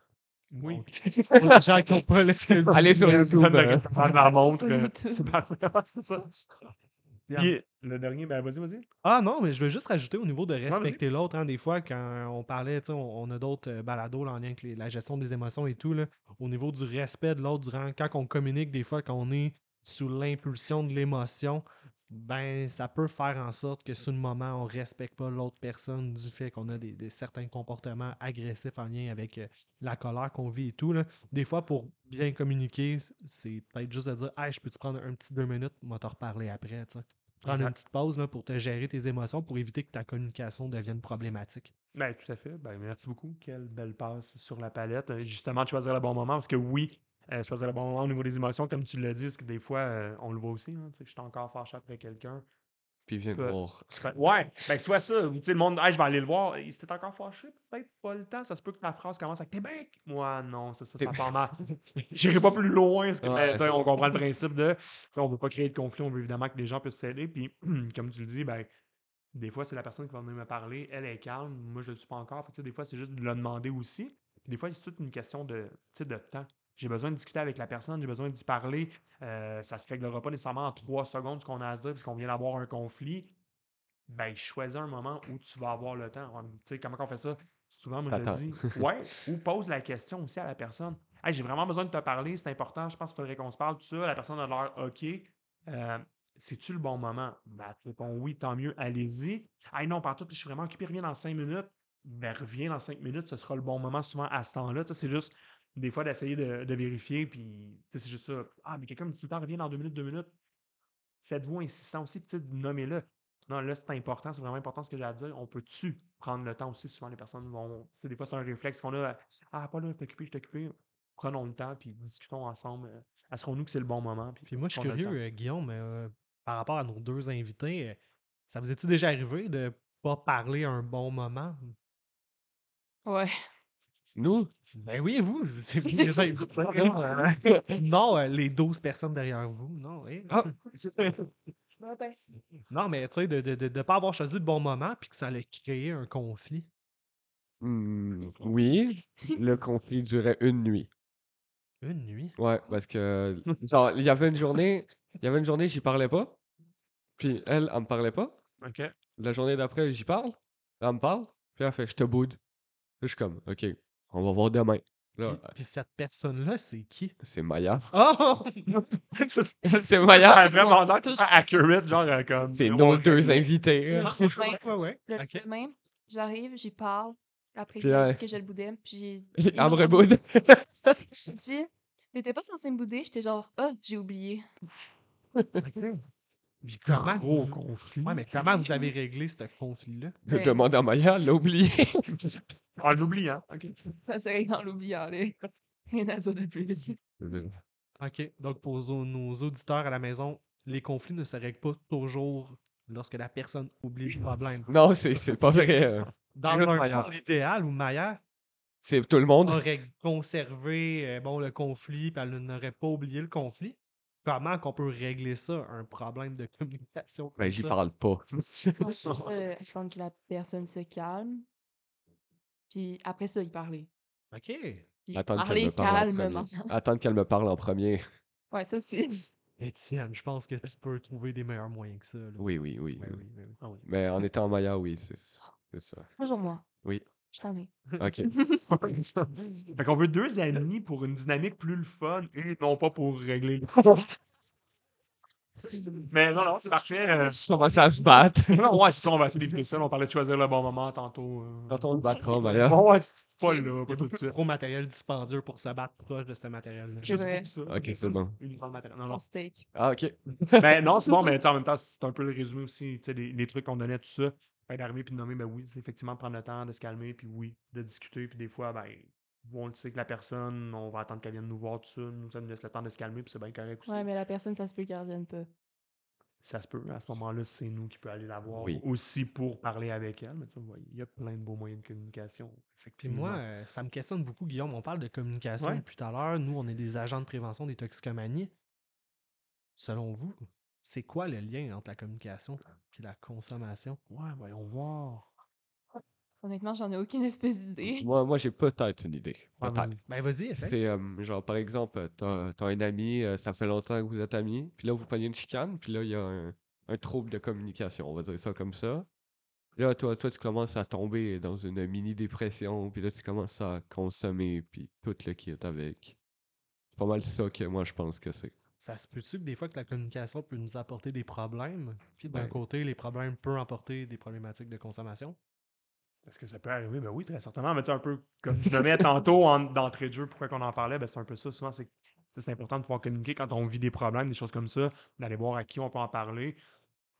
oui. Donc, pour les gens qui ont pas le- Allez sur YouTube. Donne hein. le référent de la montre. Sur euh, YouTube. C'est parfait, [LAUGHS] ouais, c'est ça. Puis, le dernier, ben vas-y, vas-y. Ah non, mais je veux juste rajouter au niveau de vas-y. respecter l'autre. hein, des fois, quand on parlait, tu sais, on, on a d'autres euh, balados là, en lien avec les- la gestion des émotions et tout. là, au niveau du respect de l'autre, durant quand on communique, des fois, quand on est sous l'impulsion de l'émotion, ben ça peut faire en sorte que sur le moment, on respecte pas l'autre personne du fait qu'on a des, des certains comportements agressifs en lien avec euh, la colère qu'on vit et tout. là. Des fois, pour bien communiquer, c'est peut-être juste de dire Hey, je peux te prendre un petit deux minutes, moi te reparler après. tu sais. Prendre une Exact. petite pause là, pour te gérer tes émotions pour éviter que ta communication devienne problématique. Ben, tout à fait. Ben, merci beaucoup. Quelle belle passe sur la palette. Euh, Justement, de choisir le bon moment parce que oui, euh, choisir le bon moment au niveau des émotions, comme tu l'as dit, parce que des fois, euh, on le voit aussi. Hein, tu sais, je suis encore fâché après quelqu'un. Puis viens de Peu- voir. Fait- Ouais, ben, soit ça. ou Tu sais, le monde, Hey, je vais aller le voir. Il s'était encore fâché. Peut-être pas le temps. Ça se peut que la phrase commence avec Québec. Moi, non, c'est ça, ça T'es- part [LAUGHS] mal. J'irai pas plus loin. parce que, Ouais, ben, tu sais, c'est- on comprend [CLEARS THROAT] le principe de. tu sais, On veut pas créer de conflit. On veut évidemment que les gens puissent s'aider. Puis, comme tu le dis, ben, Des fois, c'est la personne qui va venir me parler, elle est calme, moi je ne le suis pas encore. Fait que, tu sais, des fois, c'est juste de le demander aussi. Puis Des fois, c'est toute une question de, tu sais, de temps. J'ai besoin de discuter avec la personne, j'ai besoin d'y parler. Euh, ça ne se réglera pas nécessairement en trois secondes ce qu'on a à se dire puisqu'on vient d'avoir un conflit. Ben, choisis un moment où tu vas avoir le temps. On- Tu sais, comment on fait ça? Souvent, moi, je le Attends. dis. Ouais, ou pose la question aussi à la personne. Hey, j'ai vraiment besoin de te parler, c'est important, je pense qu'il faudrait qu'on se parle, tout ça. La personne a l'air OK. Euh, c'est-tu le bon moment? Ben, tu réponds oui, tant mieux, allez-y. Ah non, partout, je suis vraiment occupé, reviens dans cinq minutes. Ben, reviens dans cinq minutes, ce sera le bon moment souvent à ce temps-là. Tu sais, C'est juste des fois d'essayer de, de vérifier, puis tu sais, c'est juste ça. Ah, mais quelqu'un me dit tout le temps, reviens dans deux minutes, deux minutes. Faites-vous insistant aussi, puis tu sais, nommez-le. Non, là, c'est important, c'est vraiment important ce que j'ai à dire. On peut-tu prendre le temps aussi? Souvent, les personnes vont. tu sais, des fois, c'est un réflexe qu'on a. Ah, pas là, je suis occupé, je suis occupé. Prenons le temps, puis discutons ensemble. euh, Asserons-nous que c'est le bon moment. Puis, Puis moi, je suis on a le temps. curieux, euh, Guillaume, euh, par rapport à nos deux invités, euh, ça vous est-tu déjà arrivé de pas parler à un bon moment? Ouais. Nous? Ben oui, vous, c'est vous les invités. non, euh, les 12 personnes derrière vous, non, oui. hein. Non, mais tu sais, de ne de, de- de pas avoir choisi le bon moment puis que ça allait créer un conflit. Hmm, oui, [LAUGHS] le conflit durait une nuit. Une nuit. Ouais, parce que [LAUGHS] genre il y avait une journée, il y avait une journée j'y parlais pas. Puis elle, elle me parlait pas. [LAUGHS] OK. La journée d'après, j'y parle. Elle me parle. Puis elle fait je te boude. Là, Je suis comme OK, on va voir demain. Là, Puis, puis cette personne-là, c'est qui? c'est Maya. Oh! [LAUGHS] [LAUGHS] c'est Ça Maya. a vraiment l'air tout accurate, genre euh, comme. C'est on nos règle. deux invités. [LAUGHS] Le lendemain, ouais, ouais. le Ok. lendemain, j'arrive, j'y parle. Après, Puis, il a dit euh, ouais. que je le boudais. Puis Elle [LAUGHS] il m'a me dit- reboude. J'ai dit, mais t'es pas censé me bouder. J'étais genre, ah, j'ai oublié. Puis Un comment? Gros vous- conflit. Ouais, mais comment vous avez réglé ce conflit-là? Je Ouais. demande à Maya, elle l'a oublié. [LAUGHS] On l'oublie, hein. OK. Ça serait en l'oubliant, là. Rien à dire de [LAUGHS] plus. OK. Donc, pour zo- nos auditeurs à la maison, les conflits ne se règlent pas toujours lorsque la personne oublie le problème. non, c'est c'est pas vrai. euh. Dans Écoute, un Maya. monde idéal où Maya C'est tout le monde. aurait conservé euh, bon, le conflit puis elle n'aurait pas oublié le conflit, comment qu'on peut régler ça, un problème de [LAUGHS] communication? Ben, comme j'y ça? parle [LAUGHS] pas. Euh, je pense que la personne se calme. Puis après ça, il parlait. OK. Puis Attendre qu'elle me parler parle en calmement. premier. Attendre qu'elle me parle en premier. Ouais, ça c'est. [LAUGHS] Étienne, je pense que tu peux trouver des meilleurs moyens que ça. là. Oui, oui, oui. Ben oui. oui, ben oui. [LAUGHS] Ah oui. Mais en étant Maya, oui, c'est c'est [LAUGHS] ça. Bonjour, moi. Oui. Je t'en ai. OK. Fait qu'on veut deux amis pour une dynamique plus le fun et non pas pour régler. le [LAUGHS] mais non, non, c'est parfait. euh, On va à se battre. [LAUGHS] non, ouais, c'est ça, on va essayer d'éviter ça. On parlait de choisir le bon moment tantôt. euh. Quand on se battra, Oh, Maya. Bon, ouais, c'est pas là, pas tout de suite. Trop matériel dispendieux pour se battre proche de ce matériel-là. Je sais Ouais. Ok, c'est bon. Uniforme matériel. Non, non. Mon steak. Ah, OK. [LAUGHS] ben non, c'est bon, mais tu sais, en même temps, c'est un peu le résumé aussi, tu sais, les, les trucs qu'on donnait, tout ça. Ben, d'arriver puis de nommer, ben oui, c'est effectivement de prendre le temps de se calmer, puis oui, de discuter, puis des fois, ben, on le sait que la personne, on va attendre qu'elle vienne nous voir, tout ça, nous, ça nous laisse le temps de se calmer, puis c'est bien correct aussi. Ouais, mais la personne, ça se peut qu'elle revienne pas. Ça se peut, à ce moment-là, c'est nous qui peut aller la voir Oui. aussi pour parler avec elle, mais tu sais, ouais, il y a plein de beaux moyens de communication, Puis effectivement. moi, euh, ça me questionne beaucoup, Guillaume. On parle de communication Ouais. depuis tout à l'heure. Nous, on est des agents de prévention des toxicomanies. Selon vous, c'est quoi le lien entre la communication et la consommation? Ouais, voyons voir. Honnêtement, j'en ai aucune espèce d'idée. Moi, moi j'ai peut-être une idée. Ouais, Peut-être. vas-y. Ben, vas-y, essaye. C'est euh, genre, par exemple, euh, t'as t'as un ami, euh, ça fait longtemps que vous êtes amis, puis là, vous prenez une chicane, puis là, il y a un, un trouble de communication, on va dire ça comme ça. Là, toi, toi, tu commences à tomber dans une mini-dépression, puis là, tu commences à consommer, puis tout le kit avec. C'est pas mal ça que moi, je pense que c'est. Ça se peut-tu que des fois que la communication peut nous apporter des problèmes? Puis d'un Ouais. côté, les problèmes peuvent apporter des problématiques de consommation. Est-ce que ça peut arriver? Ben oui, très certainement. Mais tu sais, un peu comme je le mets tantôt en, d'entrée de jeu, pourquoi qu'on en parlait, ben c'est un peu ça. Souvent, c'est que, tu sais, c'est important de pouvoir communiquer quand on vit des problèmes, des choses comme ça, d'aller voir à qui on peut en parler.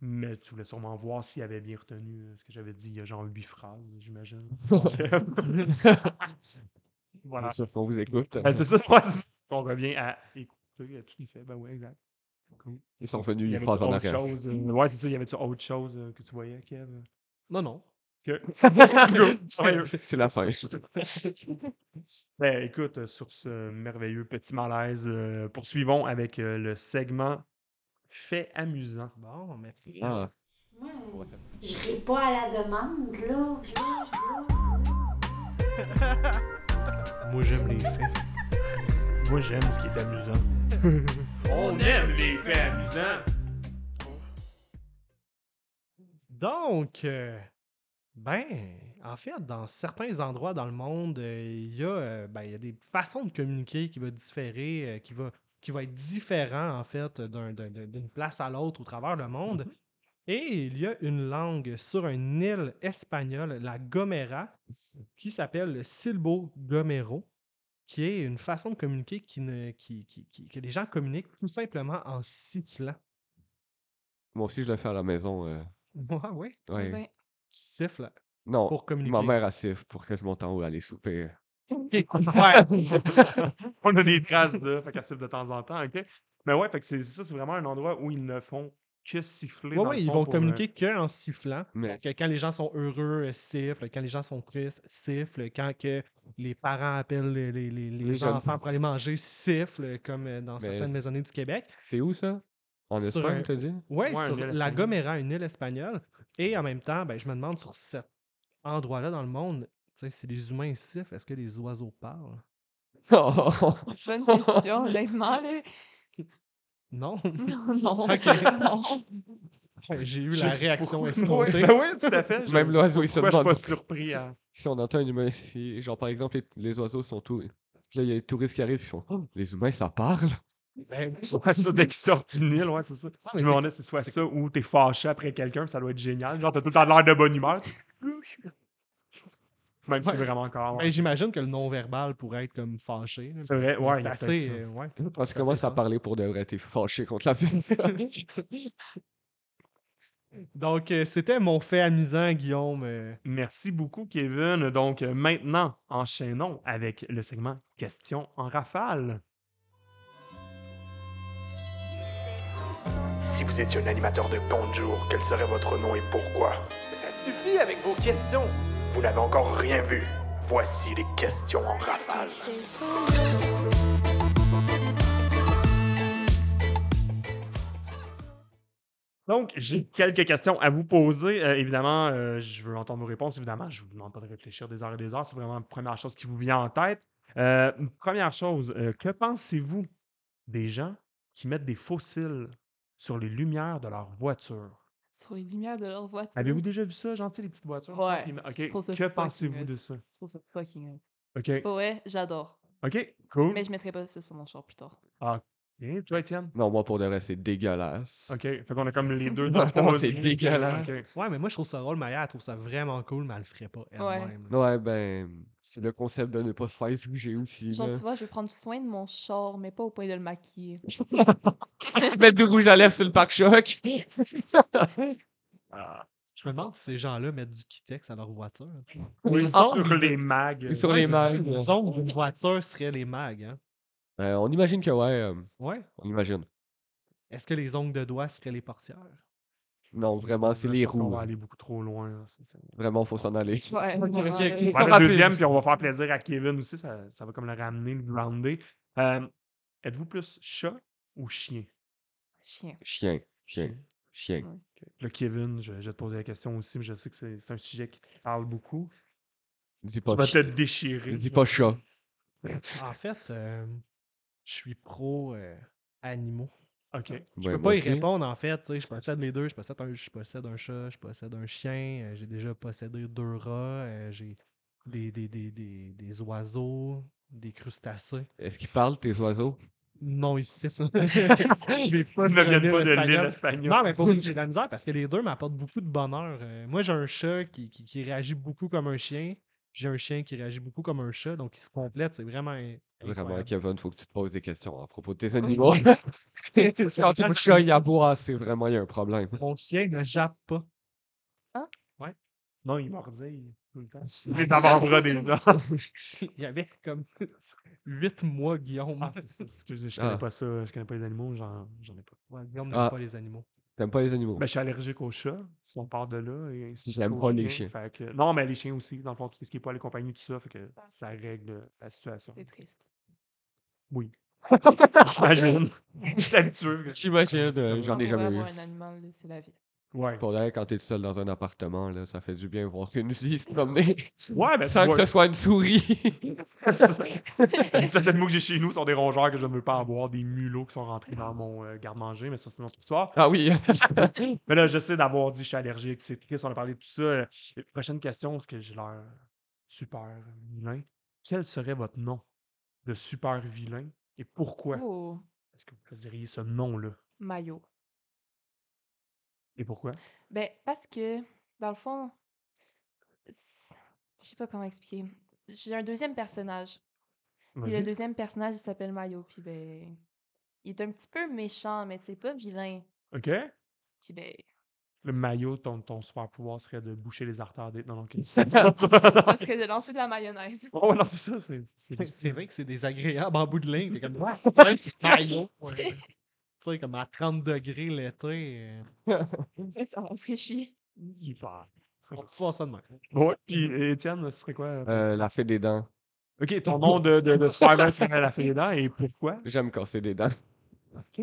Mais tu voulais sûrement voir s'il avait bien retenu euh, ce que j'avais dit il y a genre huit phrases, [LAUGHS] j'imagine. Donc, euh, voilà. C'est sûr qu'on vous écoute. Ben, c'est ça, ouais, c'est- on revient à écouter à tout qu'il fait. Ben oui, exact. Cool. Ils sont venus Y une avait-tu phrase en autre arrière. [LAUGHS] chose, euh, ouais, c'est ça. Y avait-tu autre chose euh, que tu voyais, Kev? Non, non. Que- Cool. Sérieux. C'est la fin. [LAUGHS] Ben, écoute, euh, sur ce merveilleux petit malaise, euh, poursuivons avec euh, le segment Fait amusant. Bon, merci. Ah. Je ris pas à la demande, là. Je- là. Moi, j'aime les faits. Moi, j'aime ce qui est amusant. On aime les faits amusants. Donc, euh, ben, en fait, dans certains endroits dans le monde, euh, il y, a, euh, ben, il y a des façons de communiquer qui va différer, euh, qui va, qui va être différent, en fait, d'un- d'un- d'un- d'une place à l'autre au travers le monde. Et il y a une langue sur une île espagnole, la Gomera, qui s'appelle le Silbo Gomero, qui est une façon de communiquer qui ne, qui- qui- qui- que les gens communiquent tout simplement en sifflant. [LAUGHS] Moi aussi, je le fais à la maison. euh, Ah oui, ouais. [LAUGHS] Ben, tu siffles Non, pour ma communiquer. [LAUGHS] mère a siffle pour que je monte en haut aller souper. [LAUGHS] On a des traces de, fait qu'elle siffle de temps en temps, OK? Mais ouais, fait que c'est ça, c'est vraiment un endroit où ils ne font que Oui, siffler. dans le ils fond vont pour, euh, communiquer que en sifflant. Mais Que quand les gens sont heureux, euh, sifflent. Quand les gens sont tristes, sifflent. Quand que les parents appellent les, les- les- les Les jeunes enfants pour aller manger, sifflent, comme euh, dans Mais- certaines maisonnées du Québec. c'est où ça? En Sur un- Espagne, t'as dit? Oui, Ouais, sur une île la espagnole. Gomera, une île espagnole. Et en même temps, ben, je me demande sur cet endroit-là dans le monde, tu sais, si les humains sifflent, est-ce que les oiseaux parlent? bonne question, honnêtement, [LAUGHS] là. Non. [LAUGHS] Non, non. Ok. non. J'ai eu la Je- réaction [LAUGHS] Ouais, escomptée. ben oui, tout à [LAUGHS] fait. je- Même l'oiseau, il se Pourquoi je suis pas demande surpris à... si on entend un humain ici. Genre, par exemple, les, les oiseaux sont tous. Puis là, il y a les touristes qui arrivent, ils font Oh, Les humains, ça parle. Ben, Ouais, ça, dès qu'ils sortent du Nil, ouais, c'est ça. Ah, mais c'est- Je me demandais si soit ça ou t'es fâché après quelqu'un, puis ça doit être génial. Genre, t'as tout le temps l'air de bonne humeur. tu- Même si c'est Ouais. vraiment encore. ben, j'imagine que le non-verbal pourrait être comme fâché. là. C'est vrai, Mais ouais, c'est il y a assez. peut-être ça. euh, ouais. Quand tu c'est commences à fort. parler pour de vrai, t'es fâché contre la personne. Donc, euh, c'était mon fait amusant, Guillaume. euh, Merci beaucoup, Kevin. Donc, euh, maintenant, enchaînons avec le segment Questions en rafale. Si vous étiez un animateur de Bonjour, quel serait votre nom et pourquoi Mais ça suffit avec vos questions. Vous n'avez encore rien vu. Voici les questions en rafale. Donc, j'ai quelques questions à vous poser. Euh, évidemment, euh, je veux entendre vos réponses. Évidemment, je vous demande pas de réfléchir des heures et des heures. C'est vraiment la première chose qui vous vient en tête. Euh, première chose, euh, que pensez-vous des gens qui mettent des faux cils sur les lumières de leur voiture? Sur les lumières de leur voiture. Avez-vous déjà vu ça, gentil, les petites voitures? Ouais. Puis, OK, Je trouve ça Que fucking pensez-vous hot. de ça? Je trouve ça fucking hot. OK. Pour vrai, j'adore. OK, cool. Mais je mettrai pas ça sur mon char plus tard. OK, Toi, Étienne? non, moi, pour de vrai, c'est dégueulasse. OK. Fait qu'on a comme les [LAUGHS] deux dans Dans le fond, c'est dégueulasse. Ouais, mais moi, je trouve ça drôle. Maya, elle trouve ça vraiment cool, mais elle le ferait pas elle-même. Ouais, ben, c'est le concept de ne pas se faire juger aussi. Genre, là. tu vois, je vais prendre soin de mon char, mais pas au point de le maquiller. Mettre du rouge à lèvres sur le pare-choc. [LAUGHS] Je me demande si ces gens-là mettent du Kitex à leur voiture. Oui, Ah. sur les mags. hein. Sur les c'est ça. mags. Disons que une voiture serait les mags. Hein? Euh, on imagine que ouais, euh, Ouais. on imagine. Est-ce que les ongles de doigts seraient les portières? Non, vraiment, c'est les On roues. va aller beaucoup trop loin. là, c'est ça. Vraiment, faut s'en aller. Ouais, vraiment, ok, là. On ok. Ça va faire rappelle. le deuxième, puis on va faire plaisir à Kevin aussi. Ça, ça va comme le ramener, le grounder. Euh, Êtes-vous plus chat ou chien? Chien. Chien, chien, chien. Le Kevin, je, je vais te poser la question aussi, mais je sais que c'est c'est un sujet qui te parle beaucoup. Dis Tu pas vas te chien. le déchirer. Dis pas chat. En fait, euh, je suis pro euh, animaux. OK. Je peux pas y répondre, en fait. tu sais, Je possède les deux. Je possède, un, je possède un chat, je possède un chien. euh, J'ai déjà possédé deux rats. euh, J'ai des, des, des, des, des oiseaux, des crustacés. Est-ce qu'ils parlent, tes oiseaux? Non, ils [LAUGHS] [LAUGHS] sifflent. Ils ne viennent pas de l'île espagnole. espagnole. Non, mais pour vrai, j'ai de la misère parce que les deux m'apportent beaucoup de bonheur. Euh, moi, j'ai un chat qui, qui, qui réagit beaucoup comme un chien. J'ai un chien qui réagit beaucoup comme un chat, donc ils se complètent. C'est vraiment. in- Vraiment, incroyable. Ah Kevin, faut que tu te poses des questions à propos de [LAUGHS] tes animaux. [LAUGHS] Quand ça, ton c'est- chat y aboie, c'est vraiment, il y a un problème. Mon chien ne jappe pas. Non, ils mordillent tout [LAUGHS] le temps. Les avant-bras des gens. Il y avait comme 8 mois, Guillaume. Ah, c'est ça, excusez, je connais Ah. pas ça. Je connais pas les animaux, j'en j'en ai pas. Ouais, Guillaume n'aime Ah. pas les animaux. T'aimes pas les animaux? Ben, je suis allergique aux chats, si on part de là. Et ainsi J'aime qu'aux pas les chiens. fait que- Non, mais les chiens aussi, dans le fond, tout ce qui est pas les compagnies, tout ça, fait que Ah. ça règle la situation. C'est triste. J'imagine. Je suis habitué. [LAUGHS] J'imagine, euh, j'en On pourrait ai jamais eu. avoir un animal, là, c'est la vie. Ouais. Pour d'ailleurs, quand t'es tout seul dans un appartement, là, ça fait du bien voir une vie se promener Ouais, ben, sans que ce soit une souris. [LAUGHS] ça fait le mot que j'ai chez nous sont des rongeurs que je ne veux pas avoir, des mulots qui sont rentrés dans mon euh, garde-manger, mais ça, c'est une autre histoire. ah oui, Mais là, j'essaie d'avoir dit que je suis allergique, puis c'est triste, on a parlé de tout ça. Euh, Prochaine question, parce que j'ai l'air super vilain. Quel serait votre nom de super vilain et pourquoi Oh, est-ce que vous choisiriez ce nom-là maillot. et pourquoi? Ben, parce que, dans le fond, c'est- je sais pas comment expliquer. J'ai un deuxième personnage. Puis le Vas-y. deuxième personnage, il s'appelle Mayo. Puis ben, il est un petit peu méchant, mais c'est pas vilain. OK? Puis ben, Le maillot, ton, ton super pouvoir serait de boucher les artères des. Non, non, OK. ça serait de lancer de la mayonnaise. [LAUGHS] oh, non, c'est ça. C'est, [LAUGHS] c'est- C'est vrai que c'est désagréable en bout de ligne. T'es comme, ouais, [LAUGHS] maillot. Tu sais, comme à 30 degrés l'été. euh, ça rafraîchit. Super. On se voit ça demain. Ouais, puis Étienne, ce serait quoi? Euh, la fée des dents. Ok, ton nom de, [LAUGHS] de, de super vilain serait la fée des dents et pourquoi? J'aime casser des dents. [LAUGHS]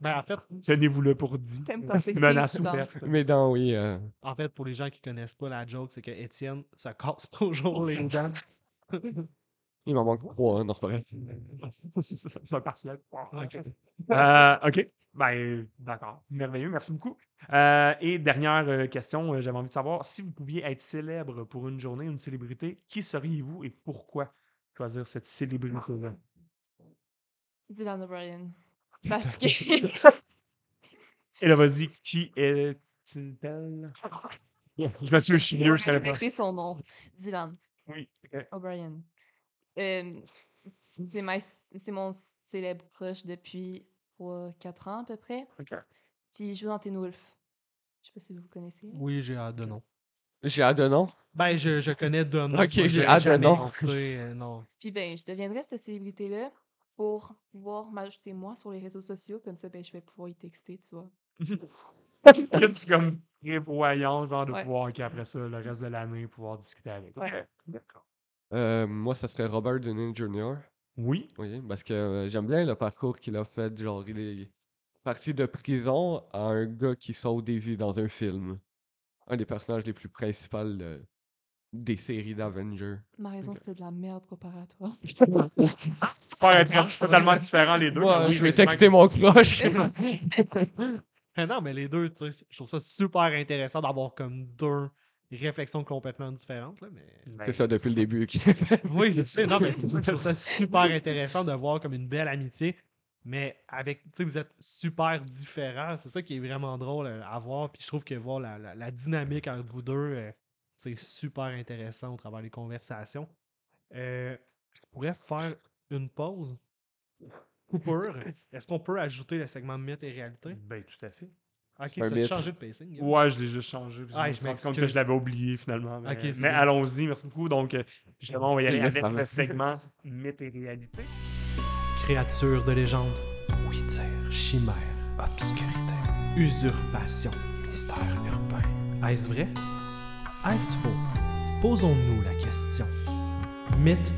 Mais en fait, Ben, Tenez-vous le pour dit. T'aimes ta sécurité, Menace tu danses. ouverte. Mes dents, oui. euh, en fait, pour les gens qui connaissent pas la joke, c'est que Étienne se casse [LAUGHS] toujours les dents. il m'en manque trois, hein, non, c'est pas vrai. [LAUGHS] C'est un partiel. Ok. [LAUGHS] Euh, OK. Ben, d'accord. Merveilleux. Merci beaucoup. Euh, et dernière euh, question, euh, j'avais envie de savoir si vous pouviez être célèbre pour une journée, une célébrité, qui seriez-vous et pourquoi choisir cette célébrité-là? Dylan O'Brien. Parce que. [LAUGHS] Et là, vas-y, qui [LAUGHS] est-elle? Je me suis je suis vieux, je savais pas. C'est son nom. Dylan Oui. ok. O'Brien. Euh, Oh, c'est ma- c'est mon célèbre crush depuis 3-4 ans à peu près. OK. Puis il joue dans Teen Wolf. Je sais pas si vous connaissez. Oui, j'ai hâte de nom. J'ai hâte de nom. Ben, je, je connais deux noms. Ok, j'ai hâte hâte de nom. euh, non. Puis ben, je deviendrai cette célébrité-là pour pouvoir m'ajouter moi sur les réseaux sociaux. Comme ça, ben, je vais pouvoir y texter, tu vois. Juste comme prévoyant, genre de Ouais. pouvoir, OK, après ça, le reste de l'année, pouvoir discuter avec. Ouais. D'accord. Euh, moi, ça serait Robert Downey Jr. Oui. Oui, parce que euh, j'aime bien le parcours qu'il a fait. Genre, il est parti de prison à un gars qui sauve des vies dans un film. Un des personnages les plus principaux euh, des séries d'Avengers. Ma raison, c'était de la merde comparée à toi. [LAUGHS] Pas être totalement différent les deux. Ah, Moi, mais oui, je vais effectivement, texter mon crush. ben, Mais non, mais les deux, tu sais, je trouve ça super intéressant d'avoir comme deux réflexions complètement différentes. là, mais... [LAUGHS] Ben, C'est ça depuis le début qu'il a fait. Oui, je sais. Non, mais c'est ça, je trouve ça super intéressant de voir comme une belle amitié. Mais avec, tu sais, vous êtes super différents. C'est ça qui est vraiment drôle euh, à voir. Puis je trouve que voir la, la- la dynamique entre vous deux, euh, c'est super intéressant au travers des conversations. Euh, je pourrais faire une pause. Coupure. Est-ce qu'on peut ajouter le segment mythe et réalité? Ben, tout à fait. Ok, tu un mythe. as changé de pacing. Gab. Ouais, je l'ai juste changé. puis Ah, je me je suis rendu compte m'excuse. que je l'avais oublié finalement. Mais, Ok, c'est mais bien. allons-y, merci beaucoup. Donc, euh, justement, on va y Il aller le avec le [LAUGHS] savait. segment Mythe et réalité. Créature de légende, Oui, dire. chimère, Obscurité. usurpation. Mystère urbain. Est-ce vrai? Est-ce faux? Posons-nous la question. Mythe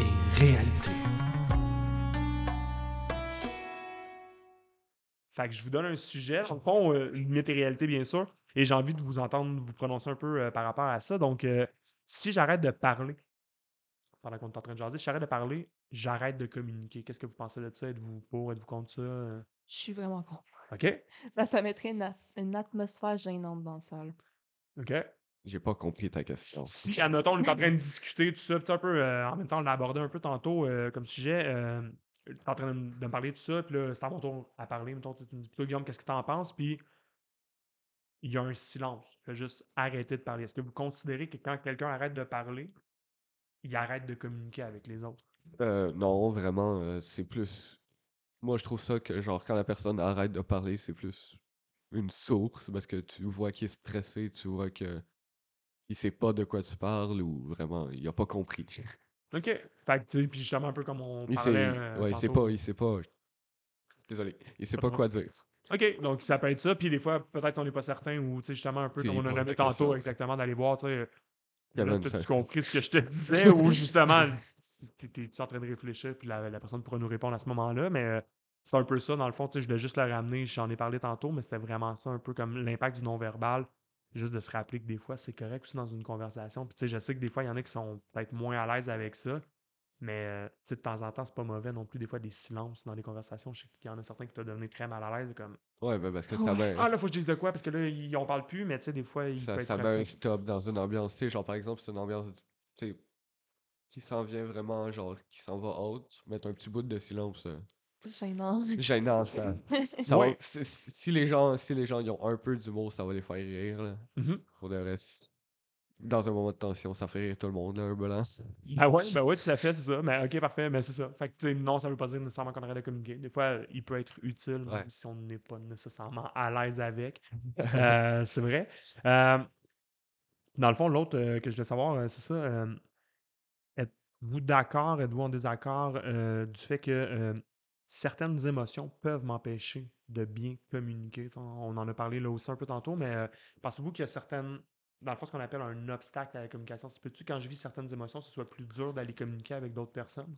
et réalité. Fait que je vous donne un sujet, en fond, euh, une mythe et réalité, bien sûr. Et j'ai envie de vous entendre vous prononcer un peu euh, par rapport à ça. Donc, euh, si j'arrête de parler, pendant qu'on est en train de jaser, si j'arrête de parler, j'arrête de communiquer. Qu'est-ce que vous pensez de ça? Êtes-vous pour? Êtes-vous contre ça? Euh, Je suis vraiment con. [LAUGHS] OK? Là, ça mettrait une, a- une atmosphère gênante dans la salle. OK. J'ai pas compris ta question. Si, admettons, on est en train de discuter, tout ça, puis tu sais, un peu, euh, en même temps, on l'a abordé un peu tantôt euh, comme sujet, euh, t'es en train de, m- de me parler de ça, puis là, c'est à mon tour à parler, mettons, tu tu me dis, Toi, Guillaume, qu'est-ce que t'en penses, puis il y a un silence, je vais juste arrêter de parler. Est-ce que vous considérez que quand quelqu'un arrête de parler, il arrête de communiquer avec les autres? Euh, non, vraiment, euh, c'est plus. Moi, je trouve ça que, genre, quand la personne arrête de parler, c'est plus une source parce que tu vois qu'il est stressé, tu vois que il sait pas de quoi tu parles ou vraiment, il a pas compris. OK. Fait que, tu sais, puis justement, un peu comme on [LAUGHS] Il sait, parlait euh, ouais, il sait tantôt. pas, il sait pas. Désolé, il sait Pas pas trop. quoi dire. OK, donc ça peut être ça. Puis des fois, peut-être on n'est pas certain ou tu sais, justement un peu Tu comme on en réponds à avait ta question. tantôt exactement d'aller voir, tu sais, Il y avait là, une t'as-tu seule- compris ce que je te disais ou justement, t'es- t'es- t'es-tu en train de réfléchir puis la, la personne pourra nous répondre à ce moment-là. Mais euh, C'est un peu ça, dans le fond. Tu sais, je voulais juste le ramener. J'en ai parlé tantôt, mais c'était vraiment ça, un peu comme l'impact du non-verbal. Juste de se rappeler que des fois, c'est correct aussi dans une conversation. Puis, tu sais, je sais que des fois, il y en a qui sont peut-être moins à l'aise avec ça. Mais euh, tu sais, de temps en temps, c'est pas mauvais non plus. Des fois, des silences dans les conversations. Je sais qu'il y en a certains qui peuvent devenir très mal à l'aise. Comme Ouais, ben parce que ça met, [LAUGHS] Ah là, faut que je dise de quoi parce que là, ils on parle plus, mais tu sais, des fois, ils ça, peuvent ça être met un pratique. stop dans une ambiance. Tu sais, genre, par exemple, c'est une ambiance tu sais, qui s'en vient vraiment, genre, qui s'en va haute, mettre un petit bout de silence. euh, Gênant. gênant, ça. Ça va- Ouais. si, si- si les gens, si les gens ils ont un peu d'humour, ça va les faire rire. Là. Mm-hmm. Mhm. Pour le reste, dans un moment de tension, ça fait rire tout le monde, là, un blanc. Ben [LAUGHS] ouais, ben ouais, tout à fait, c'est ça. Mais ok, parfait, mais c'est ça. Fait que tu sais, non, ça veut pas dire nécessairement qu'on arrête de communiquer. Des fois, euh, il peut être utile, même Ouais. si on n'est pas nécessairement à l'aise avec. Euh, c'est vrai. Euh, dans le fond, l'autre euh, que je voulais savoir, euh, c'est ça. euh, êtes-vous d'accord, êtes-vous en désaccord euh, du fait que euh, certaines émotions peuvent m'empêcher de bien communiquer? Tu sais, On en a parlé là aussi un peu tantôt, mais euh, pensez-vous qu'il y a certaines dans le fond, ce qu'on appelle un obstacle à la communication. Ça se peut-tu, quand je vis certaines émotions, ce soit plus dur d'aller communiquer avec d'autres personnes?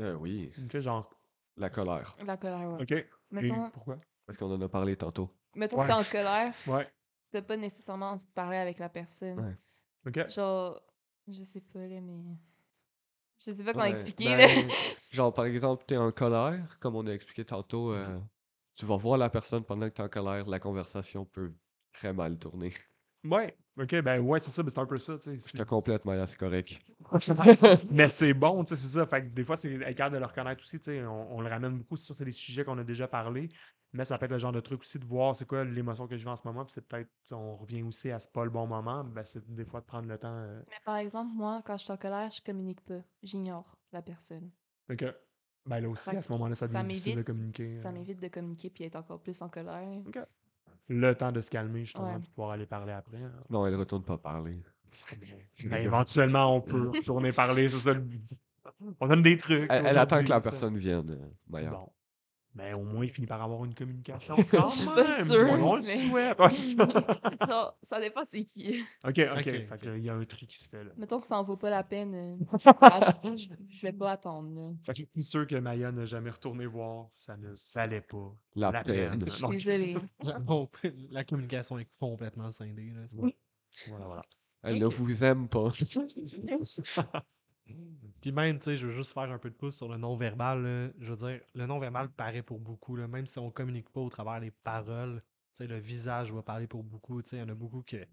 Euh, oui, Ok, genre. la colère. [LAUGHS] La colère, ouais. Ok. Et Mettons, pourquoi? Parce qu'on en a parlé tantôt. mettons Ouais. que t'es en colère, Ouais. t'as pas nécessairement envie de parler avec la personne. Ouais. Ok. Genre, je sais pas, là, mais. Je sais pas comment Ouais, expliquer, ben, là. [LAUGHS] genre, par exemple, t'es en colère, comme on a expliqué tantôt, euh, tu vas voir la personne pendant que t'es en colère, la conversation peut très mal tourner. Ouais. Ok, ben ouais, c'est ça, mais c'est un peu ça, tu sais. Je c'est- te complète, Maya, c'est correct. mais c'est bon, tu sais, c'est ça. Fait que des fois, c'est être capable de le reconnaître aussi, tu sais. On, on le ramène beaucoup, c'est sûr, c'est des sujets qu'on a déjà parlé. Mais ça peut être le genre de truc aussi de voir c'est quoi l'émotion que je vis en ce moment, puis c'est peut-être, on revient aussi à c'est pas le bon moment, ben c'est des fois de prendre le temps. euh, [LAUGHS] Mais par exemple, moi, quand je suis en colère, je communique pas. J'ignore la personne. Ok. Ben là aussi, Fait à que ce moment-là, ça ça devient difficile de m'évite- communiquer. Ça euh. m'évite de communiquer puis être encore plus en colère. [LAUGHS] le temps de se calmer, justement, Ouais. pour pouvoir aller parler après. hein. Non, elle retourne pas parler. Ben, éventuellement, on [LAUGHS] peut retourner parler, c'est ça. le but. On donne des trucs. Elle, elle attend aujourd'hui, que la ça. personne vienne, euh, Maya. Bon. Mais au moins, il finit par avoir une [LAUGHS] communication. Je suis pas même. sûre, On le mais- souhaite. Ouais, c'est ça. ok, non, ça dépend c'est qui. [LAUGHS] ok. Fait que, il y a un tri qui se fait. Là. Mettons que ça en vaut pas la peine. euh, att- je je vais pas attendre, là. Fait que je suis sûr que Maya n'a jamais retourné voir. Ça ne valait pas La, peine. Je suis désolée. [LAUGHS] Bon, la communication est complètement scindée. là. Voilà, voilà. Elle ne vous aime pas. Puis même, tu sais, je veux juste faire un peu de pouce sur le non-verbal. là. Je veux dire, le non-verbal paraît pour beaucoup. là. Même si on communique pas au travers des paroles, tu sais, le visage va parler pour beaucoup. Tu sais, il y en a beaucoup que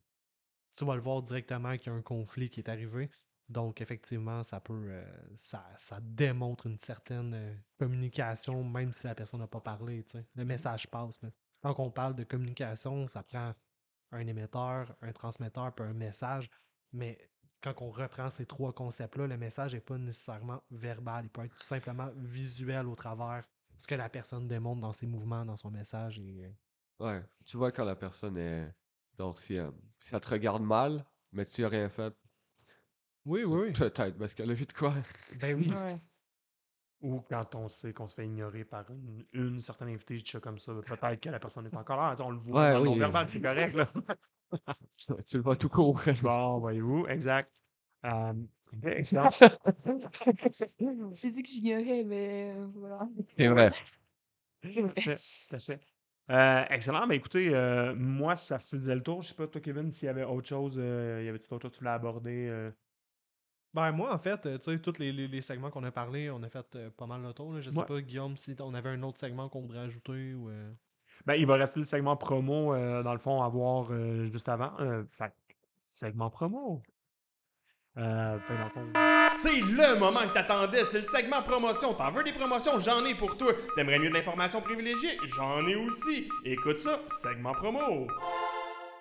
tu vas le voir directement qu'il y a un conflit qui est arrivé. Donc, effectivement, ça peut, euh, ça, ça démontre une certaine euh, communication, même si la personne n'a pas parlé. tu sais. Le message passe. là. Quand on parle de communication, ça prend un émetteur, un transmetteur, puis un message. Mais quand on reprend ces trois concepts-là, le message n'est pas nécessairement verbal. Il peut être tout simplement visuel au travers ce que la personne démontre dans ses mouvements, dans son message. Et, euh, Ouais. Tu vois quand la personne est. Donc, si, euh, si elle te regarde mal, mais tu n'as rien fait, Oui, oui, peut-être parce qu'elle a vu de quoi. [LAUGHS] oui. Ben oui. Ouais. Ou quand on sait qu'on se fait ignorer par une, une certaine invitée, je dis ça comme ça, peut-être que la personne est en colère. tu sais, On le voit Ouais, dans le oui. non-verbal, c'est correct. Là. tu le vois tout court. Bon, voyez-vous, exact. Euh, excellent. J'ai dit que j'ignorais, mais euh, voilà. C'est vrai. Tout à fait. Euh, excellent. Ben, écoutez, euh, moi, ça faisait le tour. Je sais pas, toi, Kevin, s'il y avait autre chose, euh, il y avait tout autre chose que tu voulais aborder. euh? Ben moi, en fait, euh, tu sais, tous les, les- les segments qu'on a parlé, on a fait euh, pas mal le tour. là. Je sais Ouais. pas, Guillaume, si t- on avait un autre segment qu'on pourrait ajouter ou... euh, Ben, il va rester le segment promo, euh, dans le fond, à voir euh, juste avant. Euh, fait, segment promo. Euh, fait, dans le fond. C'est le moment que t'attendais, c'est le segment promotion. T'en veux des promotions? J'en ai pour toi. T'aimerais mieux de l'information privilégiée? J'en ai aussi. Écoute ça, segment promo.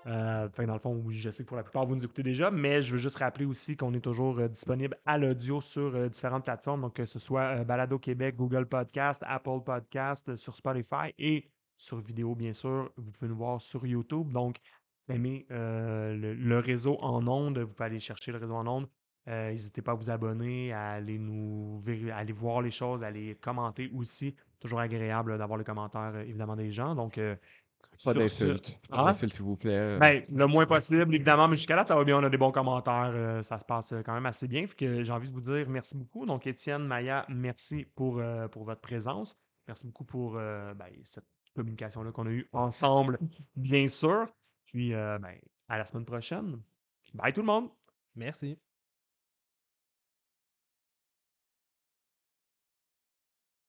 Euh, fait que dans le fond, oui, je sais que pour la plupart, vous nous écoutez déjà, mais je veux juste rappeler aussi qu'on est toujours euh, disponible à l'audio sur euh, différentes plateformes, donc que ce soit euh, Balado Québec, Google Podcast, Apple Podcast, euh, sur Spotify et sur vidéo, bien sûr. Vous pouvez nous voir sur YouTube. Donc, aimez euh, le, le réseau en ondes. Vous pouvez aller chercher le réseau en ondes. Euh, N'hésitez pas à vous abonner, à aller nous véri- à aller voir les choses, à aller commenter aussi. Toujours agréable euh, d'avoir le commentaire, euh, évidemment, des gens. Donc, euh, Pas sur ce- d'insultes. Pas Hein? d'insultes, s'il vous plaît. euh. ben, le moins possible, évidemment, mais jusqu'à là, ça va bien, on a des bons commentaires, euh, ça se passe euh, quand même assez bien. Fait que j'ai envie de vous dire merci beaucoup. Donc, Étienne, Maya, merci pour, euh, pour votre présence. Merci beaucoup pour euh, ben, cette communication-là qu'on a eue ensemble, bien sûr. Puis, euh, ben, à la semaine prochaine. Bye tout le monde! Merci.